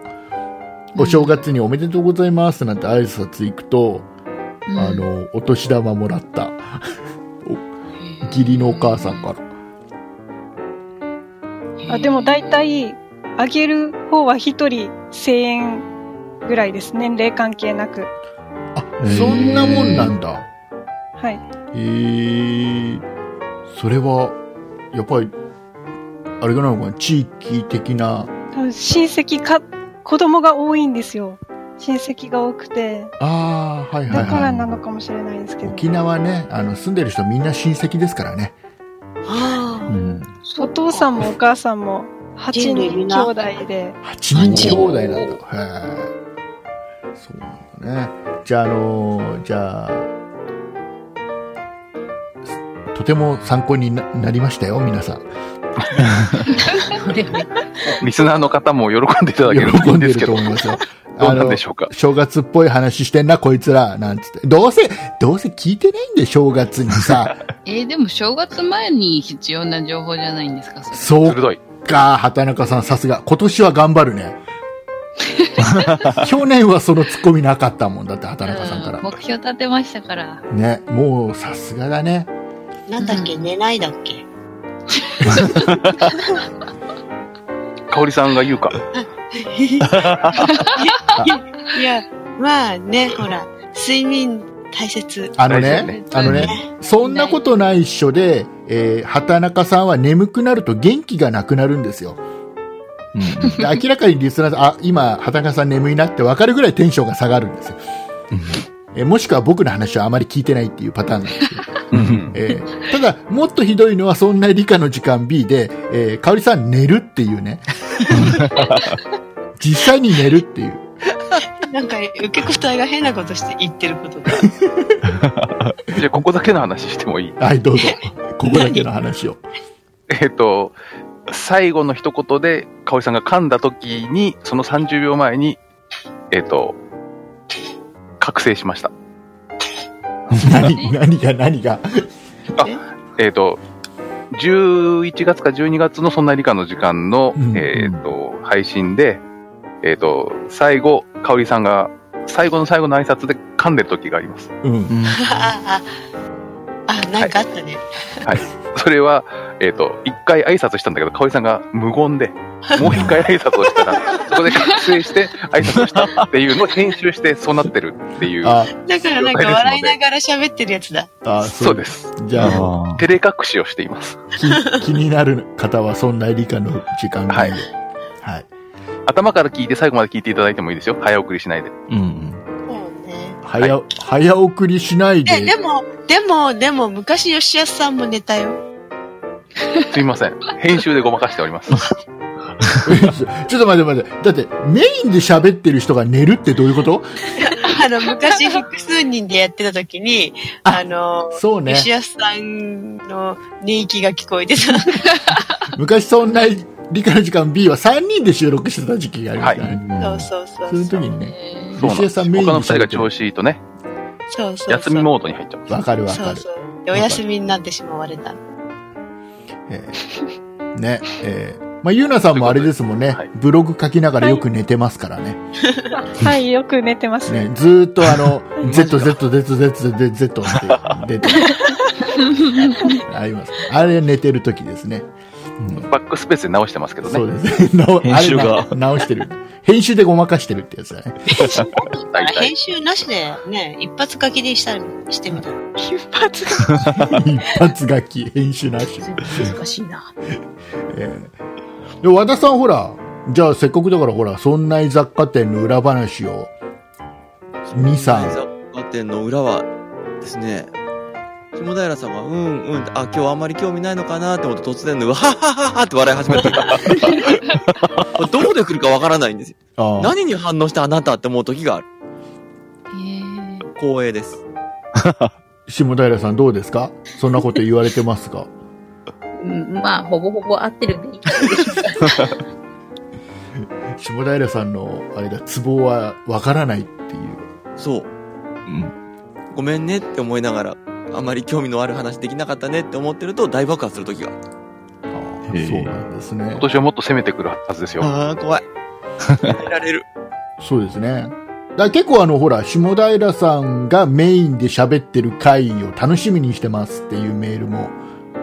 Speaker 1: お正月におめでとうございますなんて挨拶行くと、
Speaker 8: うん
Speaker 1: あの、お年玉もらった。義理のお母さんから。
Speaker 6: あでも大体、あげる方は一人1000円ぐらいです。年齢関係なく。
Speaker 1: あ、そんなもんなんだ。
Speaker 6: はい。
Speaker 1: えー、それは、やっぱり、あれがなのかな、地域的な、
Speaker 6: 多分親戚か、子供が多いんですよ。親戚が多くて。
Speaker 1: ああ、はいはい
Speaker 6: だからな
Speaker 1: は
Speaker 6: のかもしれないですけ
Speaker 1: い。
Speaker 6: ど。
Speaker 1: 沖縄ね、あの、住んでる人みんな親戚ですからね。
Speaker 4: あ
Speaker 1: うん。
Speaker 6: お父さんもお母さんも8人兄弟で。
Speaker 1: 8人兄弟なんだ。へえ。そうなんだね。じゃあ、あのーじゃあ、とても参考にななりましたよ、皆さん。
Speaker 2: リスナーの方も喜んでいただけるとい
Speaker 1: 喜
Speaker 2: いん
Speaker 1: ん
Speaker 2: で
Speaker 1: でする
Speaker 2: け
Speaker 1: と
Speaker 2: ど、
Speaker 1: 思いますよ。
Speaker 2: どうなんでしょうか。
Speaker 1: 正月っぽい話してんな、こいつら、なんつって。どうせ、どうせ聞いてないんで、正月に さ。
Speaker 8: えーでも正月前に必要な情報じゃないんですかそれ
Speaker 1: そう
Speaker 2: 鋭い。
Speaker 1: か、畑中さん、さすが。今年は頑張るね。去年はそのツッコミなかったもんだって、畑中さんか
Speaker 8: う
Speaker 1: ら
Speaker 8: ん。目標立てましたから。
Speaker 1: ね、もうさすがだね。
Speaker 4: あ。なんだっけ
Speaker 8: う
Speaker 4: 寝ない だっけ
Speaker 2: 香織さんが言うか。
Speaker 4: いや、まあね、ほら、睡眠大切。
Speaker 1: あの
Speaker 2: 大事だ
Speaker 1: ね
Speaker 2: ね、
Speaker 1: あのね、そんなことないっしょで、えー、畑中さんは眠くなると元気がなくなるんですよ。で明らかにリスナーさん、あ、今、畑中さん眠いなって分かるぐらいテンションが下がるんですよ。えーもしくは僕の話をあまり聞いてないっていうパターンなんですよ。えーただ、もっとひどいのはそんな理科の時間 B で、えー、かおりさん寝るっていうね。実際に寝るっていう。
Speaker 4: なんか、受け答えが変なことして言ってることが。
Speaker 2: じゃあ、ここだけの話してもいい
Speaker 1: はい、どうぞ。ここだけの話を。
Speaker 2: えっ、と、最後の一言で、香織さんが噛んだ時に、その30秒前に、えっ、と、覚醒しました。
Speaker 1: 何、何が何が。
Speaker 2: えっ、と、11月か12月のそんな理科の時間の、
Speaker 1: うん
Speaker 2: えっ、と、配信で、えっ、と、最後、香織さんが、最後の最後の挨拶で噛んでる時があります。
Speaker 1: うん。
Speaker 4: ああ、あ、なんかあったね。
Speaker 2: はい。それは、えっ、と、一回挨拶したんだけど、香織さんが無 言で、もう一回挨拶をしたら、そこで覚醒して挨拶をしたっていうのを編集してそうなってるっていう。
Speaker 1: あ、
Speaker 4: だからなんか笑いながら喋ってるやつだ。
Speaker 1: あ
Speaker 2: そうで。す。
Speaker 1: じゃあ、
Speaker 7: あ
Speaker 2: 照れ隠しをしています。
Speaker 1: き気になる方は、そんな理科の時間
Speaker 2: は
Speaker 1: 外
Speaker 2: い
Speaker 1: で。はい。
Speaker 2: 頭から聞いて最後まで聞いていただいてもいいですよ。早送りしないで。
Speaker 7: ーうん。
Speaker 4: そうね。
Speaker 1: 早、早送りしない
Speaker 4: え、で
Speaker 1: で。
Speaker 4: も、でも、でも、昔吉安さんも寝たよ。
Speaker 2: すみません。編集でごまかしております。
Speaker 1: ちょっと待って待って。だって、メインで喋ってる人が寝るってどういうこと
Speaker 4: あの、昔複数人でやってた時に、
Speaker 1: あ
Speaker 4: あの、
Speaker 1: そうね。
Speaker 4: 吉安さんの寝息が聞こえてた。
Speaker 1: 昔そんな理科の時間 B は3人で収録してた時期がありましたね。
Speaker 4: そうそうそう。
Speaker 1: そういう時にね。
Speaker 8: え
Speaker 2: そうなん
Speaker 1: 吉
Speaker 2: で
Speaker 1: 江
Speaker 2: す。
Speaker 1: さん
Speaker 2: 他
Speaker 1: メインに
Speaker 2: の二人が調子いいとね、
Speaker 4: そうそうそう。
Speaker 2: 休みモードに入っちゃう。
Speaker 1: わかるわ
Speaker 4: そ
Speaker 1: か
Speaker 4: う
Speaker 1: る。
Speaker 4: そう。でお休みになってしまわれた。
Speaker 1: えーね。えーまあ、ゆうなさんもあれですもんね。
Speaker 2: ということで
Speaker 1: ブログ書きながらよく寝てますからね。
Speaker 6: あはい、よく寝てますね。
Speaker 1: ねずーっとあの、Z、Z、Z、Z、Z、Z って出てるあります。あれ寝てる時ですね。
Speaker 2: バックスペースで直してますけどね。
Speaker 1: そうですね。 直
Speaker 7: 編集が
Speaker 1: あれな直してる。編集でごまかしてるってやつだね。
Speaker 2: 大体。
Speaker 4: 編集なしで、ね、一発書きでしたしてみたら。
Speaker 6: 金髪が。
Speaker 1: 一発書き、編集なし。
Speaker 4: 難しいな。
Speaker 1: で和田さんほらじゃあせっかくだからほらそんな雑貨店の裏話を二三
Speaker 5: 雑貨店の裏はですね、下平さんが、うんうんって、あ、今日あんまり興味ないのかなって思って突然の、うわははははって笑い始めて、これどこで来るかわからないんですよ。
Speaker 1: ああ
Speaker 5: 何に反応したあなたって思う時がある。
Speaker 8: ー
Speaker 5: 光栄です。
Speaker 1: 下平さんどうですかそんなこと言われてますが
Speaker 3: うん、まあ、ほぼほぼ合ってるんでいい け
Speaker 1: 下平さんのあれだツボはわからないっていう
Speaker 5: そう。
Speaker 7: うん。
Speaker 5: ごめんねって思いながら、あんまり興味のある話できなかったねって思ってると大爆発する時がある。
Speaker 1: ああ
Speaker 7: へえ
Speaker 1: そうなんですね
Speaker 2: 今年はもっと攻めてくるはずですよ。
Speaker 5: ああ、怖い。耐えられる。
Speaker 1: そうですねだから結構あのほら下平さんがメインで喋ってる回を楽しみにしてますっていうメールも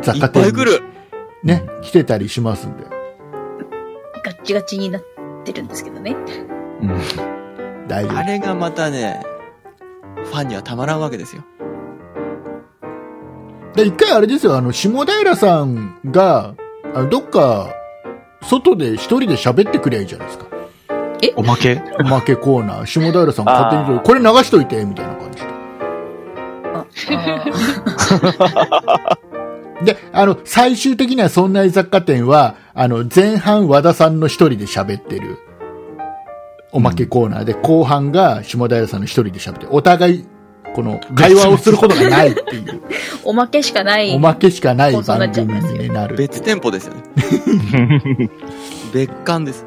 Speaker 1: 雑
Speaker 5: い
Speaker 1: 貨
Speaker 5: っ
Speaker 1: 店
Speaker 5: ぱ
Speaker 1: に
Speaker 5: い来る。
Speaker 1: ね来てたりしますんで
Speaker 3: ど、ガッチガチになってるんですけどね。
Speaker 7: うん。
Speaker 1: 大丈
Speaker 5: あれがまたね、ファンにはたまらんわけですよ。
Speaker 1: で、一回あれですよ、あの、下平さんが、あのどっか、外で一人で喋ってくりゃいいじゃないですか。
Speaker 7: おまけ
Speaker 1: おまけコーナー、下平さん勝手に
Speaker 2: あー
Speaker 1: これ流しといて、みたいな感じ
Speaker 3: あ、あー
Speaker 1: で。で、あの、最終的にはそんな雑貨店は、あの、前半和田さんの一人で喋ってる、おまけコーナーで、後半が下平さんの一人で喋ってる。お互い、この、会話をすることがないっていう、
Speaker 3: おまけしかない。
Speaker 1: おまけしかない番組になる。
Speaker 5: 別店舗で すよね。別館です。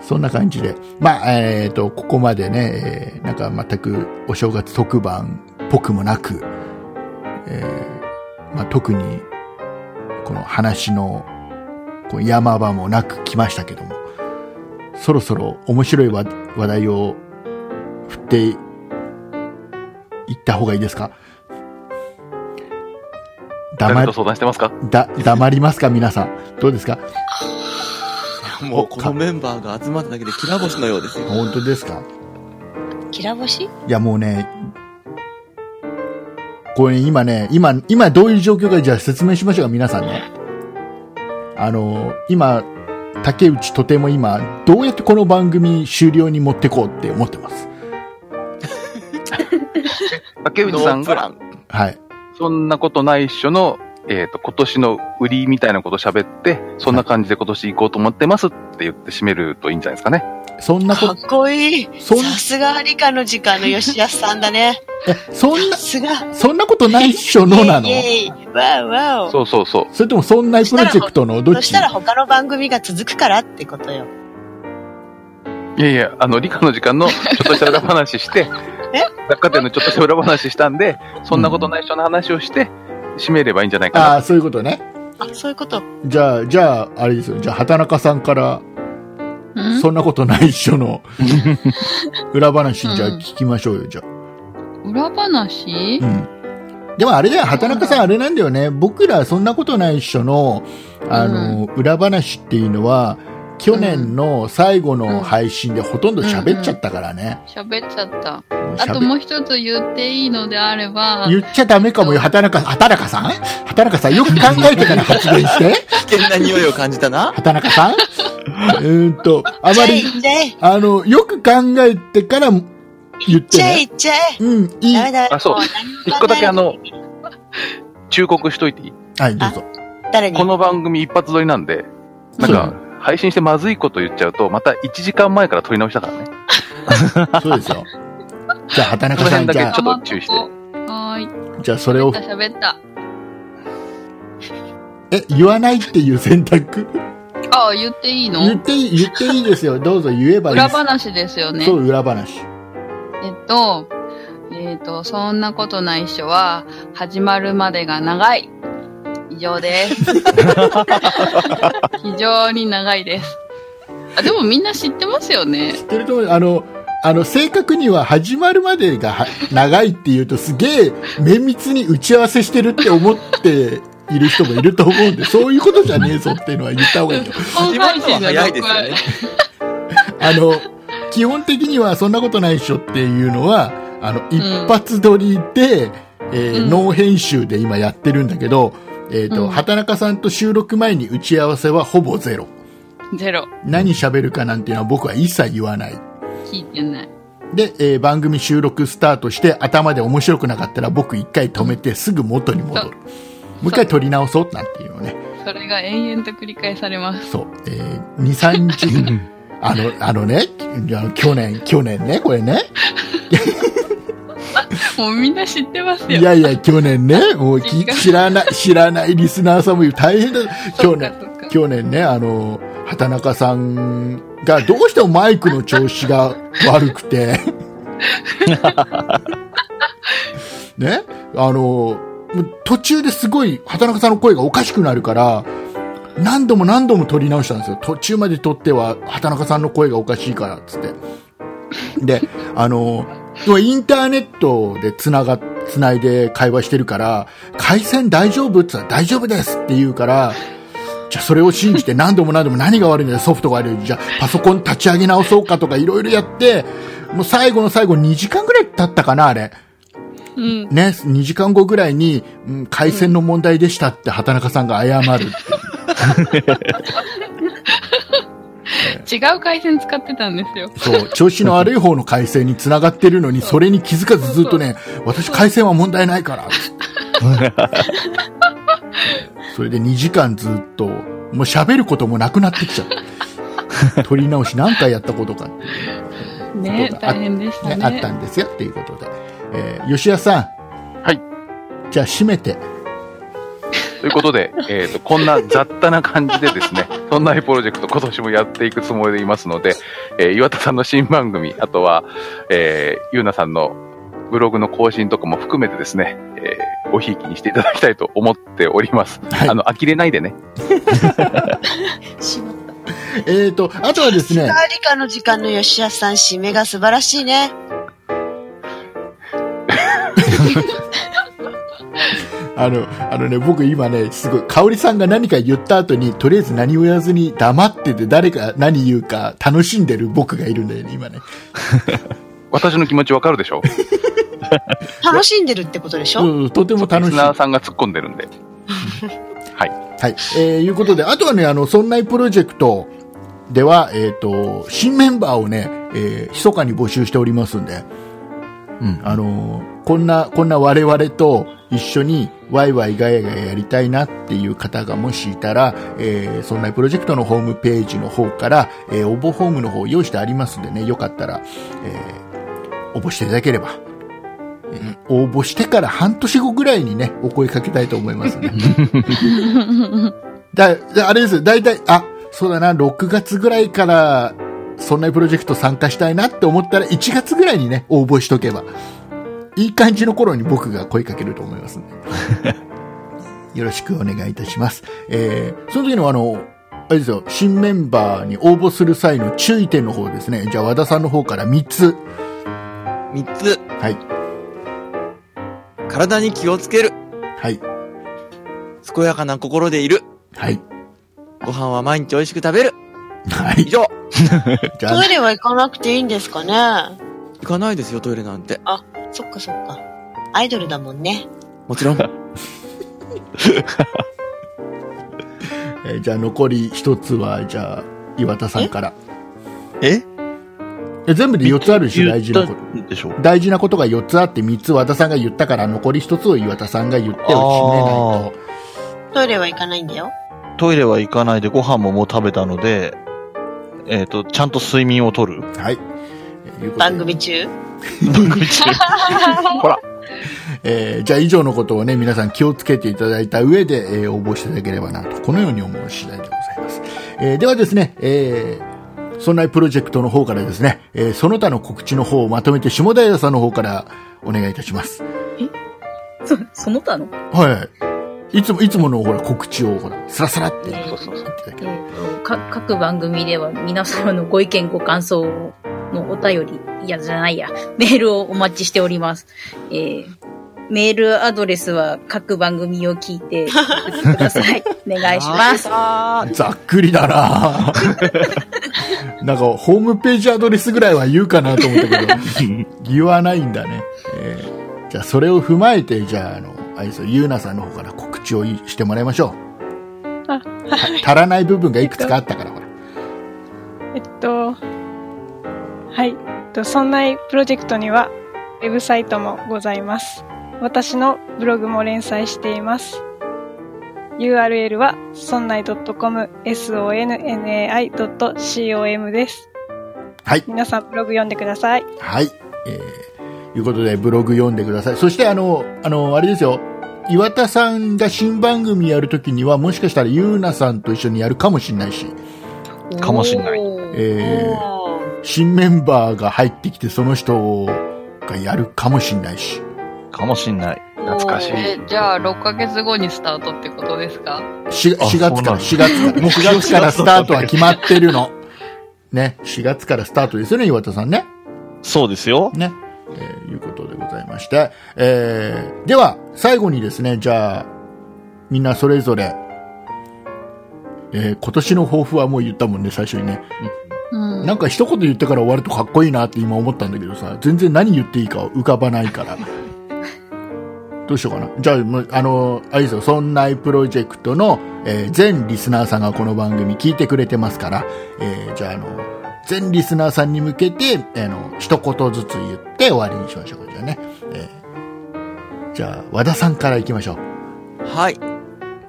Speaker 1: そんな感じで。まあ、えっ、と、ここまでね、えーなんか全くお正月特番っぽくもなく、えーまあ、特に、この話のこう山場もなく来ましたけども、そろそろ面白い話話題を振っていった方がいいですか
Speaker 2: 誰
Speaker 1: 黙
Speaker 2: と
Speaker 1: り、
Speaker 2: 相談してますか
Speaker 1: だ、黙りますか皆さん。どうですか
Speaker 5: もう
Speaker 1: か
Speaker 5: このメンバーが集まっただけできら星のようですよ。
Speaker 1: 本当ですか
Speaker 4: きらぼし
Speaker 1: いやもうね、これ、ね、今ね、今、今どういう状況かじゃあ説明しましょうか、皆さんね。あの、今、竹内とても今、どうやってこの番組終了に持ってこうって思ってます。
Speaker 2: 竹内さん
Speaker 5: ノープラ
Speaker 2: が、
Speaker 5: ン
Speaker 1: はい。
Speaker 2: そんなことないっしょの、えっ、と、今年の売りみたいなこと喋って、そんな感じで今年行こうと思ってますって言って締めるといいんじゃないですかね。
Speaker 1: そんな
Speaker 4: か
Speaker 1: こ
Speaker 4: っこいい。
Speaker 1: そん
Speaker 4: さすが理科の時間の吉安さんだね。
Speaker 1: と、そん
Speaker 4: さ
Speaker 1: な、
Speaker 4: すが。
Speaker 1: そんなことないっしょのなの
Speaker 4: イェイイェイわおわお。
Speaker 2: そうそうそう。
Speaker 1: それともそんなプロジェクトのどっ
Speaker 4: そ
Speaker 1: ち
Speaker 4: したら他の番組が続くからってことよ。
Speaker 2: いやいや、あの、理科の時間のちょっとした裏話して
Speaker 4: え、
Speaker 2: 雑貨店のちょっとした裏話したんで、そんなことない人の話をして、締めればいいんじゃないか
Speaker 1: あ
Speaker 2: な。
Speaker 1: あ、そういうことね。
Speaker 4: あ、そういうこと。
Speaker 1: じゃあ、じゃあ、あれですよ。じゃあ、畑中さんから、
Speaker 8: うん
Speaker 1: そんなことないっしょの裏話、じゃあ
Speaker 8: うん
Speaker 1: 聞きましょうよ、じゃあ。
Speaker 8: 裏話
Speaker 1: うん。でもあれだよ、畑中さんあれなんだよね。僕らそんなことないっしょの、あの、裏話っていうのは、去年の最後の配信でほとんど喋っちゃったからね。
Speaker 8: 喋っちゃった。
Speaker 1: もう喋
Speaker 8: あともう一つ言っていいのであれば、
Speaker 1: 言っちゃダメかもよ、畑中、畑中さん畑中さん、よく考えてから発言して。
Speaker 5: 危険な匂いを感じたな。
Speaker 1: 畑中さんうーんと、あ
Speaker 4: じゃ
Speaker 1: ま
Speaker 4: あ
Speaker 1: り、
Speaker 4: いっちゃえ。
Speaker 1: あの、よく考えてから言っ
Speaker 4: いっち
Speaker 1: て
Speaker 4: ゃえ、い
Speaker 1: ね。
Speaker 4: っちゃえ。
Speaker 1: うん、いい。
Speaker 4: ダ
Speaker 1: は
Speaker 4: メ
Speaker 1: い、
Speaker 4: だ。
Speaker 2: あそう
Speaker 4: も
Speaker 2: 一個だけあの、忠告しといていい
Speaker 1: どうぞ。
Speaker 4: 誰に
Speaker 2: この番組一発撮りなんで、なんか、配信してまずいこと言っちゃうと、また1時間前から撮り直したからね。
Speaker 1: そうですよ。じゃあ、畑中
Speaker 2: この
Speaker 1: さん、
Speaker 2: 辺だ
Speaker 1: じ
Speaker 2: け
Speaker 1: ゃ
Speaker 2: ちょっと注意して。
Speaker 8: はーい。
Speaker 1: あ、じゃあそれを、
Speaker 8: 喋った。
Speaker 1: え、言わないっていう選択
Speaker 8: ああ、言っていいの
Speaker 1: 言っていい、言っていいですよ。どうぞ言えばいい
Speaker 8: 裏
Speaker 1: です。
Speaker 8: 話ですよね。
Speaker 1: そう、裏話。
Speaker 8: えっと、えっと、そんなことないっしょは、始まるまでが長い。以 上です。非常に長いです。あ、でもみんな知ってますよね。
Speaker 1: 知ってると思うあの、あの、正確には始まるまでがは長いっていうとすげえ綿密に打ち合わせしてるって思っている人もいると思うんで、そういうことじゃねえぞっていうのは言った方がいいよ。
Speaker 5: 始まるのは早いですよね。
Speaker 1: あの、基本的にはそんなことないっしょっていうのは、あの、一発撮りで、えー
Speaker 8: うん
Speaker 1: ノー編集で今やってるんだけど、えっ、と、
Speaker 8: うん
Speaker 1: 畑中さんと収録前に打ち合わせはほぼゼロ。
Speaker 8: ゼロ。
Speaker 1: 何喋るかなんていうのは僕は一切言わない。
Speaker 8: 聞いてない。
Speaker 1: で、えー番組収録スタートして頭で面白くなかったら僕一回止めてすぐ元に戻る。もう一回撮り直そうなんていうのね。
Speaker 8: それが延々と繰り返されます。
Speaker 1: そう。えー、2、3日。あの、あのね、あの去年、去年ね、これね。
Speaker 8: もうみんな知ってます
Speaker 1: い
Speaker 8: よ。
Speaker 1: やいや、去年ね、もうき
Speaker 8: 違う
Speaker 1: 知らない、知らないリスナーさんもいる大変だ。
Speaker 8: そ
Speaker 1: 去
Speaker 8: っか
Speaker 1: 年、
Speaker 8: そっか
Speaker 1: 去年ね、あの、畑中さんがどうしてもマイクの調子が悪くて、ね、あの、もう途中ですごい畑中さんの声がおかしくなるから、何度も何度も撮り直したんですよ。途中まで撮っては、畑中さんの声がおかしいから、つって。で、あの、今インターネットでつなが、つないで会話してるから、回線大丈夫って言ったら大丈夫ですって言うから、じゃあそれを信じて何度も何度も何が悪いんだよ、ソフトが悪い。じゃあパソコン立ち上げ直そうかとかいろいろやって、もう最後の最後2時間ぐらい経ったかな、あれ。
Speaker 8: うん。
Speaker 1: ね、2時間後ぐらいに、うん、回線の問題でしたって畑中さんが謝る。
Speaker 8: 違う回線使ってたんですよ。
Speaker 1: そう、調子の悪い方の回線に繋がってるのに、それに気づかずずっとね、私回線は問題ないから、つってそれで2時間ずっと、もう喋ることもなくなってきちゃった。撮り直し何回やったことかっていう
Speaker 8: ね
Speaker 1: ことがあっ
Speaker 8: 大変でしたね。
Speaker 1: ねあったんですよっていうことで。えー吉田さん。
Speaker 2: はい。
Speaker 1: じゃあ閉めて。
Speaker 2: というこ とで、えー、とこんな雑多な感じでですね、そんなプロジェクト今年もやっていくつもりでいますので、えー岩田さんの新番組、あとは、えー、ゆうなさんのブログの更新とかも含めてですね、えー、ごひいきにしていただきたいと思っております。
Speaker 1: はい
Speaker 2: あの、呆れないでね。
Speaker 4: しまった。
Speaker 1: えっ、と、あとはですね
Speaker 4: コ、スタリカの時間の吉安さん、締めが素晴らしいね。
Speaker 1: あの、あのね、僕今ね、すごい、香織さんが何か言った後に、とりあえず何も言わずに黙ってて、誰か何言うか楽しんでる僕がいるんだよね、今ね。
Speaker 2: 私の気持ちわかるでしょ
Speaker 4: 楽しんでるってことでしょ、
Speaker 1: うん、とても楽
Speaker 2: リ
Speaker 1: し
Speaker 2: ス
Speaker 1: い。
Speaker 2: ナ
Speaker 1: は
Speaker 2: ーさんが突っ込んでるんで。はい。
Speaker 1: い。えー、いうことで、あとはね、あの、そんなプロジェクトでは、えっ、と、新メンバーをね、えー、密かに募集しておりますんで、
Speaker 7: うん。
Speaker 1: あのーこんな、こんな我々と一緒にワイワイガヤガヤやりたいなっていう方がもしいたら、えー、そんなプロジェクトのホームページの方から、えー応募フォームの方用意してありますんでね、よかったら、えー応募していただければ、えー応募してから半年後ぐらいにね、お声かけたいと思いますね。だ、だあれですよ、大体、あ、そうだな、6月ぐらいから、そんなプロジェクト参加したいなって思ったら、1月ぐらいにね、応 募しとけば、いい感じの頃に僕が声かけると思いますんで。よろしくお願いいたします。えー、その時のあの、あれですよ、新メンバーに応募する際の注意点の方ですね。じゃあ和田さんの方から3つ。
Speaker 5: 三つ、
Speaker 1: はい。
Speaker 5: 体に気をつける。
Speaker 1: はい。
Speaker 5: 健やかな心でいる。
Speaker 1: はい。
Speaker 5: ご飯は毎日美味しく食べる。
Speaker 1: は
Speaker 5: 以
Speaker 1: い。
Speaker 5: 上。
Speaker 1: じゃあ
Speaker 4: トイ、レは行かなくていいんですかね
Speaker 5: 行かないですよ、トイレなんて。
Speaker 4: そっかそっか。アイドルだもんね。
Speaker 5: も ちろん。
Speaker 1: えーじゃあ残り1つは、じゃあ、岩田さんから。
Speaker 7: え
Speaker 1: え全部で4つあるし、
Speaker 7: 言
Speaker 1: 大
Speaker 7: っ
Speaker 1: 事
Speaker 7: た
Speaker 1: なこと。
Speaker 7: んでしょ
Speaker 1: 大事なことが4つあって、3つ和田さんが言ったから、残り1つを岩田さんが言ってを決めないと。
Speaker 4: トイレは行かないんだよ。
Speaker 7: トイレは行かないでご飯ももう食べたので、えっ、と、ちゃんと睡眠をとる。
Speaker 1: はい。えーいうことで
Speaker 4: 番組中。
Speaker 1: えーじゃあ以上のことをね、皆さん気をつけていただいた上で、えー応募していただければなと、このように思う次第でございます。えーではですね、えー、そんなプロジェクトの方からですね、えーその他の告知の方をまとめて下平さんの方からお願いいたします。
Speaker 3: そ、その他の
Speaker 1: はいはい。いつも、いつものほら告知をほら、スラスラって言って
Speaker 2: そうそうそ
Speaker 1: いた
Speaker 2: う。
Speaker 1: だ
Speaker 3: え
Speaker 1: ければ
Speaker 3: ーとか各番組では皆様のご意見ご感想のお便り、いやじゃないや、メールをお待ちしております。えーメールアドレスは各番組を聞いて送ってくださ い。お願いします。
Speaker 5: あ
Speaker 1: ざっくりだななんか、ホームページアドレスぐらいは言うかなと思ったけど、言わないんだね。えーじゃあ、それを踏まえて、じゃあ、あの、あれですよゆうなさんの方から告知をいしてもらいましょう。
Speaker 6: あ
Speaker 1: た足らない部分がいくつかあったから、ほら。
Speaker 6: えっと、はい。えっとそんなプロジェクトには、ウェブサイトもございます。私のブログも連載しています。URL は、そんない .com、sonnai.com です。
Speaker 1: はい。
Speaker 6: 皆さん、ブログ読んでください。
Speaker 1: はい。えー、いうことで、ブログ読んでください。そして、あの、あの、あれですよ。岩田さんが新番組やるときには、もしかしたらゆうなさんと一緒にやるかもしれないし、
Speaker 7: かもしんない
Speaker 3: おー
Speaker 1: えー、
Speaker 4: おー
Speaker 1: 新メンバーが入ってきてその人がやるかもしれないし
Speaker 7: かもしんない。
Speaker 2: 懐かしい
Speaker 8: え、 じゃあ、6ヶ月後にスタートってことですか
Speaker 1: し 4,
Speaker 7: あ
Speaker 1: 月から4月
Speaker 7: そ
Speaker 1: から
Speaker 7: もう
Speaker 1: 4月からスタートは決まってる のね4月からスタートですよね岩田さんね
Speaker 7: そうですよ。
Speaker 1: ねえーいうことでございまして、えーでは最後にですねじゃあみんなそれぞれ、えー今年の抱負はもう言ったもんね最初にね
Speaker 8: うん。
Speaker 1: なんか一言言ってから終わるとかっこいいなって今思ったんだけどさ、全然何言っていいか浮かばないから。どうしようかな。じゃあ、もうあの、あれですよ、そんなプロジェクトの、えー全リスナーさんがこの番組聞いてくれてますから、えーじゃあ、あの、全リスナーさんに向けて、あの、一言ずつ言って終わりにしましょう。じゃあね。えーじゃあ、和田さんから行きましょう。
Speaker 5: はい。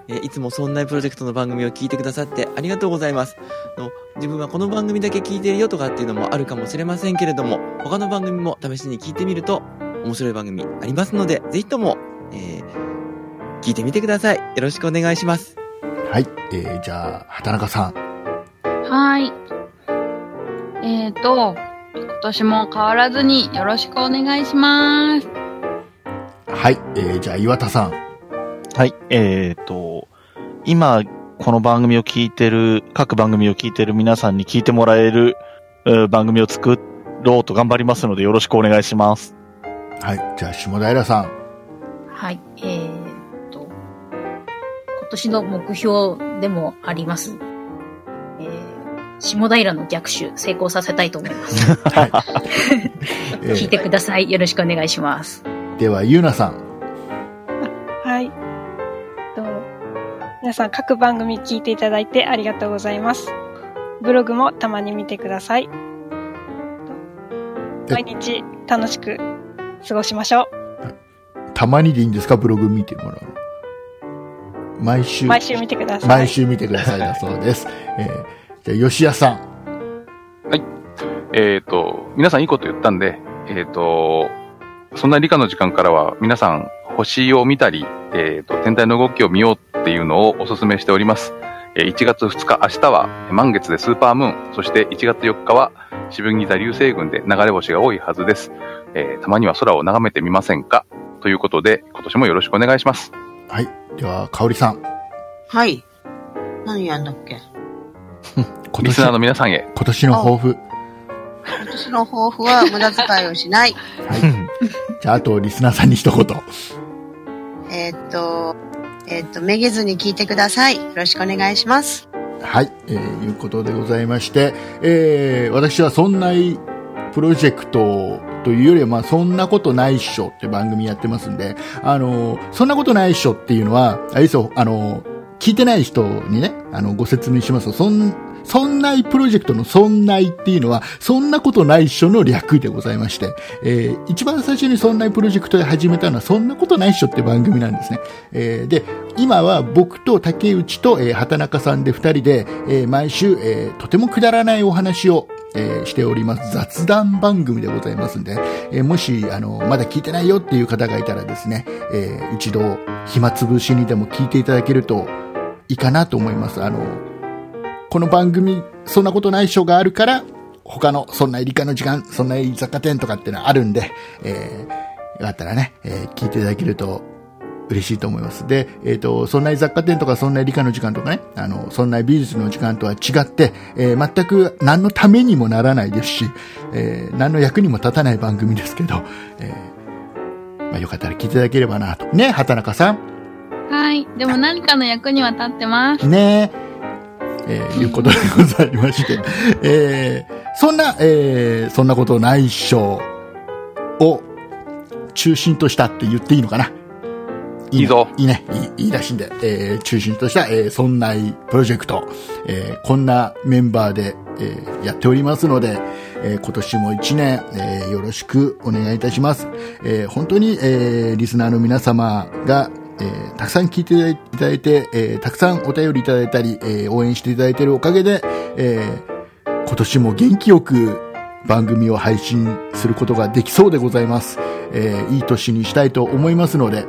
Speaker 5: えーいつもそんなプロジェクトの番組を聞いてくださってありがとうございます。あの自分はこの番組だけ聞いてるよとかっていうのもあるかもしれませんけれども、他の番組も試しに聞いてみると面白い番組ありますので、ぜひとも、えー聞いてみてください。よろしくお願いします。
Speaker 1: はい。えーじゃあ、畑中さん。
Speaker 8: はい。えっ、ー、と、今年も変わらずによろしくお願いします。
Speaker 1: はい。えーじゃあ、岩田さん。
Speaker 7: はい。えっ、と、今、この番組を聞いてる、各番組を聞いてる皆さんに聞いてもらえるうー番組を作ろうと頑張りますのでよろしくお願いします。
Speaker 1: はい。じゃあ、下平さん。
Speaker 3: はい、えーっと、今年の目標でもあります。えー、下平の逆襲成功させたいと思います。
Speaker 1: えー
Speaker 3: 聞いてください。よろしくお願いします。
Speaker 1: では、ゆうなさん。
Speaker 6: はい。えっと皆さん、各番組聞いていただいてありがとうございます。ブログもたまに見てください。
Speaker 1: え
Speaker 6: 毎日楽しく過ごしましょ
Speaker 1: たまにでいいんですかブログ見てもらうの毎週。
Speaker 6: う。毎週見てください。
Speaker 1: 毎週見てくださいだそうです。えーじゃあ、吉谷さん。
Speaker 2: えっ、と、皆さんいいこと言ったんで、えっ、と、そんな理科の時間からは皆さん星を見たり、えっ、と、天体の動きを見ようっていうのをお勧めしております。えー1月2日、明日は満月でスーパームーン、そして1月4日は渋木座流星群で流れ星が多いはずです。えーたまには空を眺めてみませんかということで、今年もよろしくお願いします。
Speaker 1: はい。では、香織さん。
Speaker 4: はい。何やんだっけ
Speaker 1: 今
Speaker 2: リ
Speaker 1: 年
Speaker 2: スナーの皆さんへ。
Speaker 1: 今年の抱負。
Speaker 4: 今年の抱負は無駄遣いをしない。
Speaker 1: じゃあ、あと、リスナーさんに一言。
Speaker 4: えーっと、えーっと、めげずに聞いてください。よろしくお願いします。
Speaker 1: はい、えーいうことでございまして、えー私はそんなプロジェクトというよりは、まあ、そんなことないっしょって番組やってますんで、あのーそんなことないっしょっていうのは、あれそう、あのー聞いてない人にね、あの、ご説明しますと、そん、そんないプロジェクトのそんないっていうのは、そんなことないっしょの略でございまして、えー一番最初にそんないプロジェクトで始めたのは、そんなことないっしょって番組なんですね。えーで、今は僕と竹内と、えー畑中さんで二人で、えー毎週、えーとてもくだらないお話を、えーしております雑談番組でございますんで、えーもし、あの、まだ聞いてないよっていう方がいたらですね、えー一度、暇つぶしにでも聞いていただけるといいかなと思います。あの、この番組、そんなことないっしょがあるから、他の、そんな理科の時間、そんな雑貨店とかってのはあるんで、えーよかったらね、えー聞いていただけると嬉しいと思います。で、えっ、と、そんな雑貨店とか、そんな理科の時間とかね、あの、そんな美術の時間とは違って、えー全く何のためにもならないですし、えー何の役にも立たない番組ですけど、えーまあ、よかったら聞いていただければなと。ね、畑中さん。
Speaker 8: はい。でも何かの役には立ってます。
Speaker 1: ねえーいうことでございまして、えーそんな、えーそんなことないっしょを中心としたって言っていいのかな。
Speaker 2: いいぞ
Speaker 1: いいね。いいいいらしいんで、えー中心とした、えー、そんなプロジェクト、えーこんなメンバーで、えーやっておりますので、えー今年も一年、えーよろしくお願いいたします。えー本当に、えーリスナーの皆様が、えーたくさん聞いていただいて、えーたくさんお便りいただいたり、えー応援していただいているおかげで、えー今年も元気よく番組を配信することができそうでございます。えーいい年にしたいと思いますので、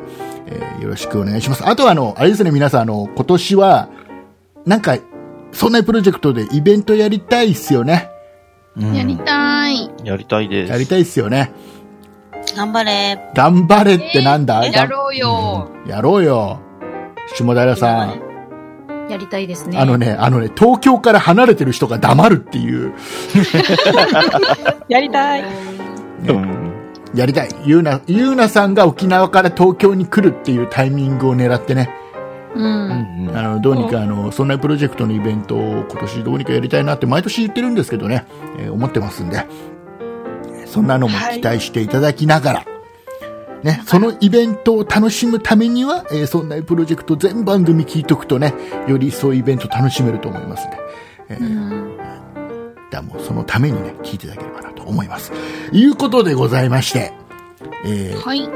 Speaker 1: えーよろしくお願いします。あとはあの、あれですね、皆さん、あの、今年は、なんか、そんなプロジェクトでイベントやりたいっすよね。
Speaker 7: うん
Speaker 8: やりたい。
Speaker 7: やりたいです。
Speaker 1: やりたいっすよね。
Speaker 4: 頑張れ。
Speaker 1: 頑張れってなんだ、
Speaker 8: やろうよ。
Speaker 1: うやろうよ。下平さん。
Speaker 3: やりたいですね。
Speaker 1: あのね、あのね、東京から離れてる人が黙るっていう、
Speaker 6: やりたい。
Speaker 7: うん
Speaker 1: やりたい。ゆうな、ゆうなさんが沖縄から東京に来るっていうタイミングを狙ってね、
Speaker 8: うん。
Speaker 7: うん
Speaker 1: あの、どうにかあの、そんなプロジェクトのイベントを今年どうにかやりたいなって毎年言ってるんですけどね、えー思ってますんで、そんなのも期待していただきながら、ね、そのイベントを楽しむためには、えーそんなプロジェクト全番組聞いとくとね、よりそういうイベント楽しめると思いますね。えーだからもうそのためにね、聞いていただければなと思います。いうことでございまして、えー
Speaker 8: はい。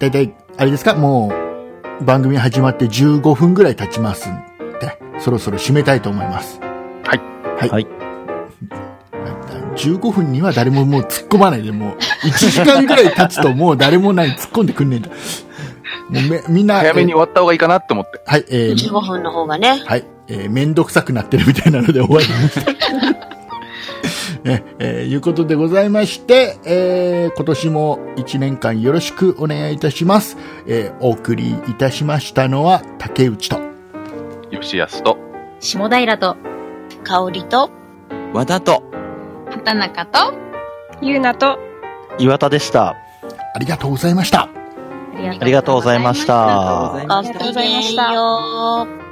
Speaker 1: 大体、あれですかもう、番組始まって15分ぐらい経ちますんで、そろそろ締めたいと思います。
Speaker 2: はい。
Speaker 1: はい。
Speaker 7: はい
Speaker 1: 15分には誰ももう突っ込まないで、もう、1時間ぐらい経つともう誰もない、突っ込んでくんねえんだ。もうめ、みんな、
Speaker 2: 早めに終わった方がいいかなって思って。
Speaker 1: えーはい、えー、
Speaker 4: 15分の方がね。
Speaker 1: はい、えー、めんどくさくなってるみたいなので終わり ました。え、えーいうことでございまして、えー今年も1年間よろしくお願いいたします。えーお送りいたしましたのは竹内と。
Speaker 2: 吉安と。
Speaker 3: 下平と、
Speaker 4: 香りと、
Speaker 5: 和田と、
Speaker 8: 畑中と、
Speaker 6: ゆうなと、
Speaker 7: 岩田でした。
Speaker 1: ありがとうございました。
Speaker 3: ありがとう
Speaker 7: ありがとうございまし
Speaker 8: ありがとうございました
Speaker 7: た。
Speaker 4: ごきげんよう。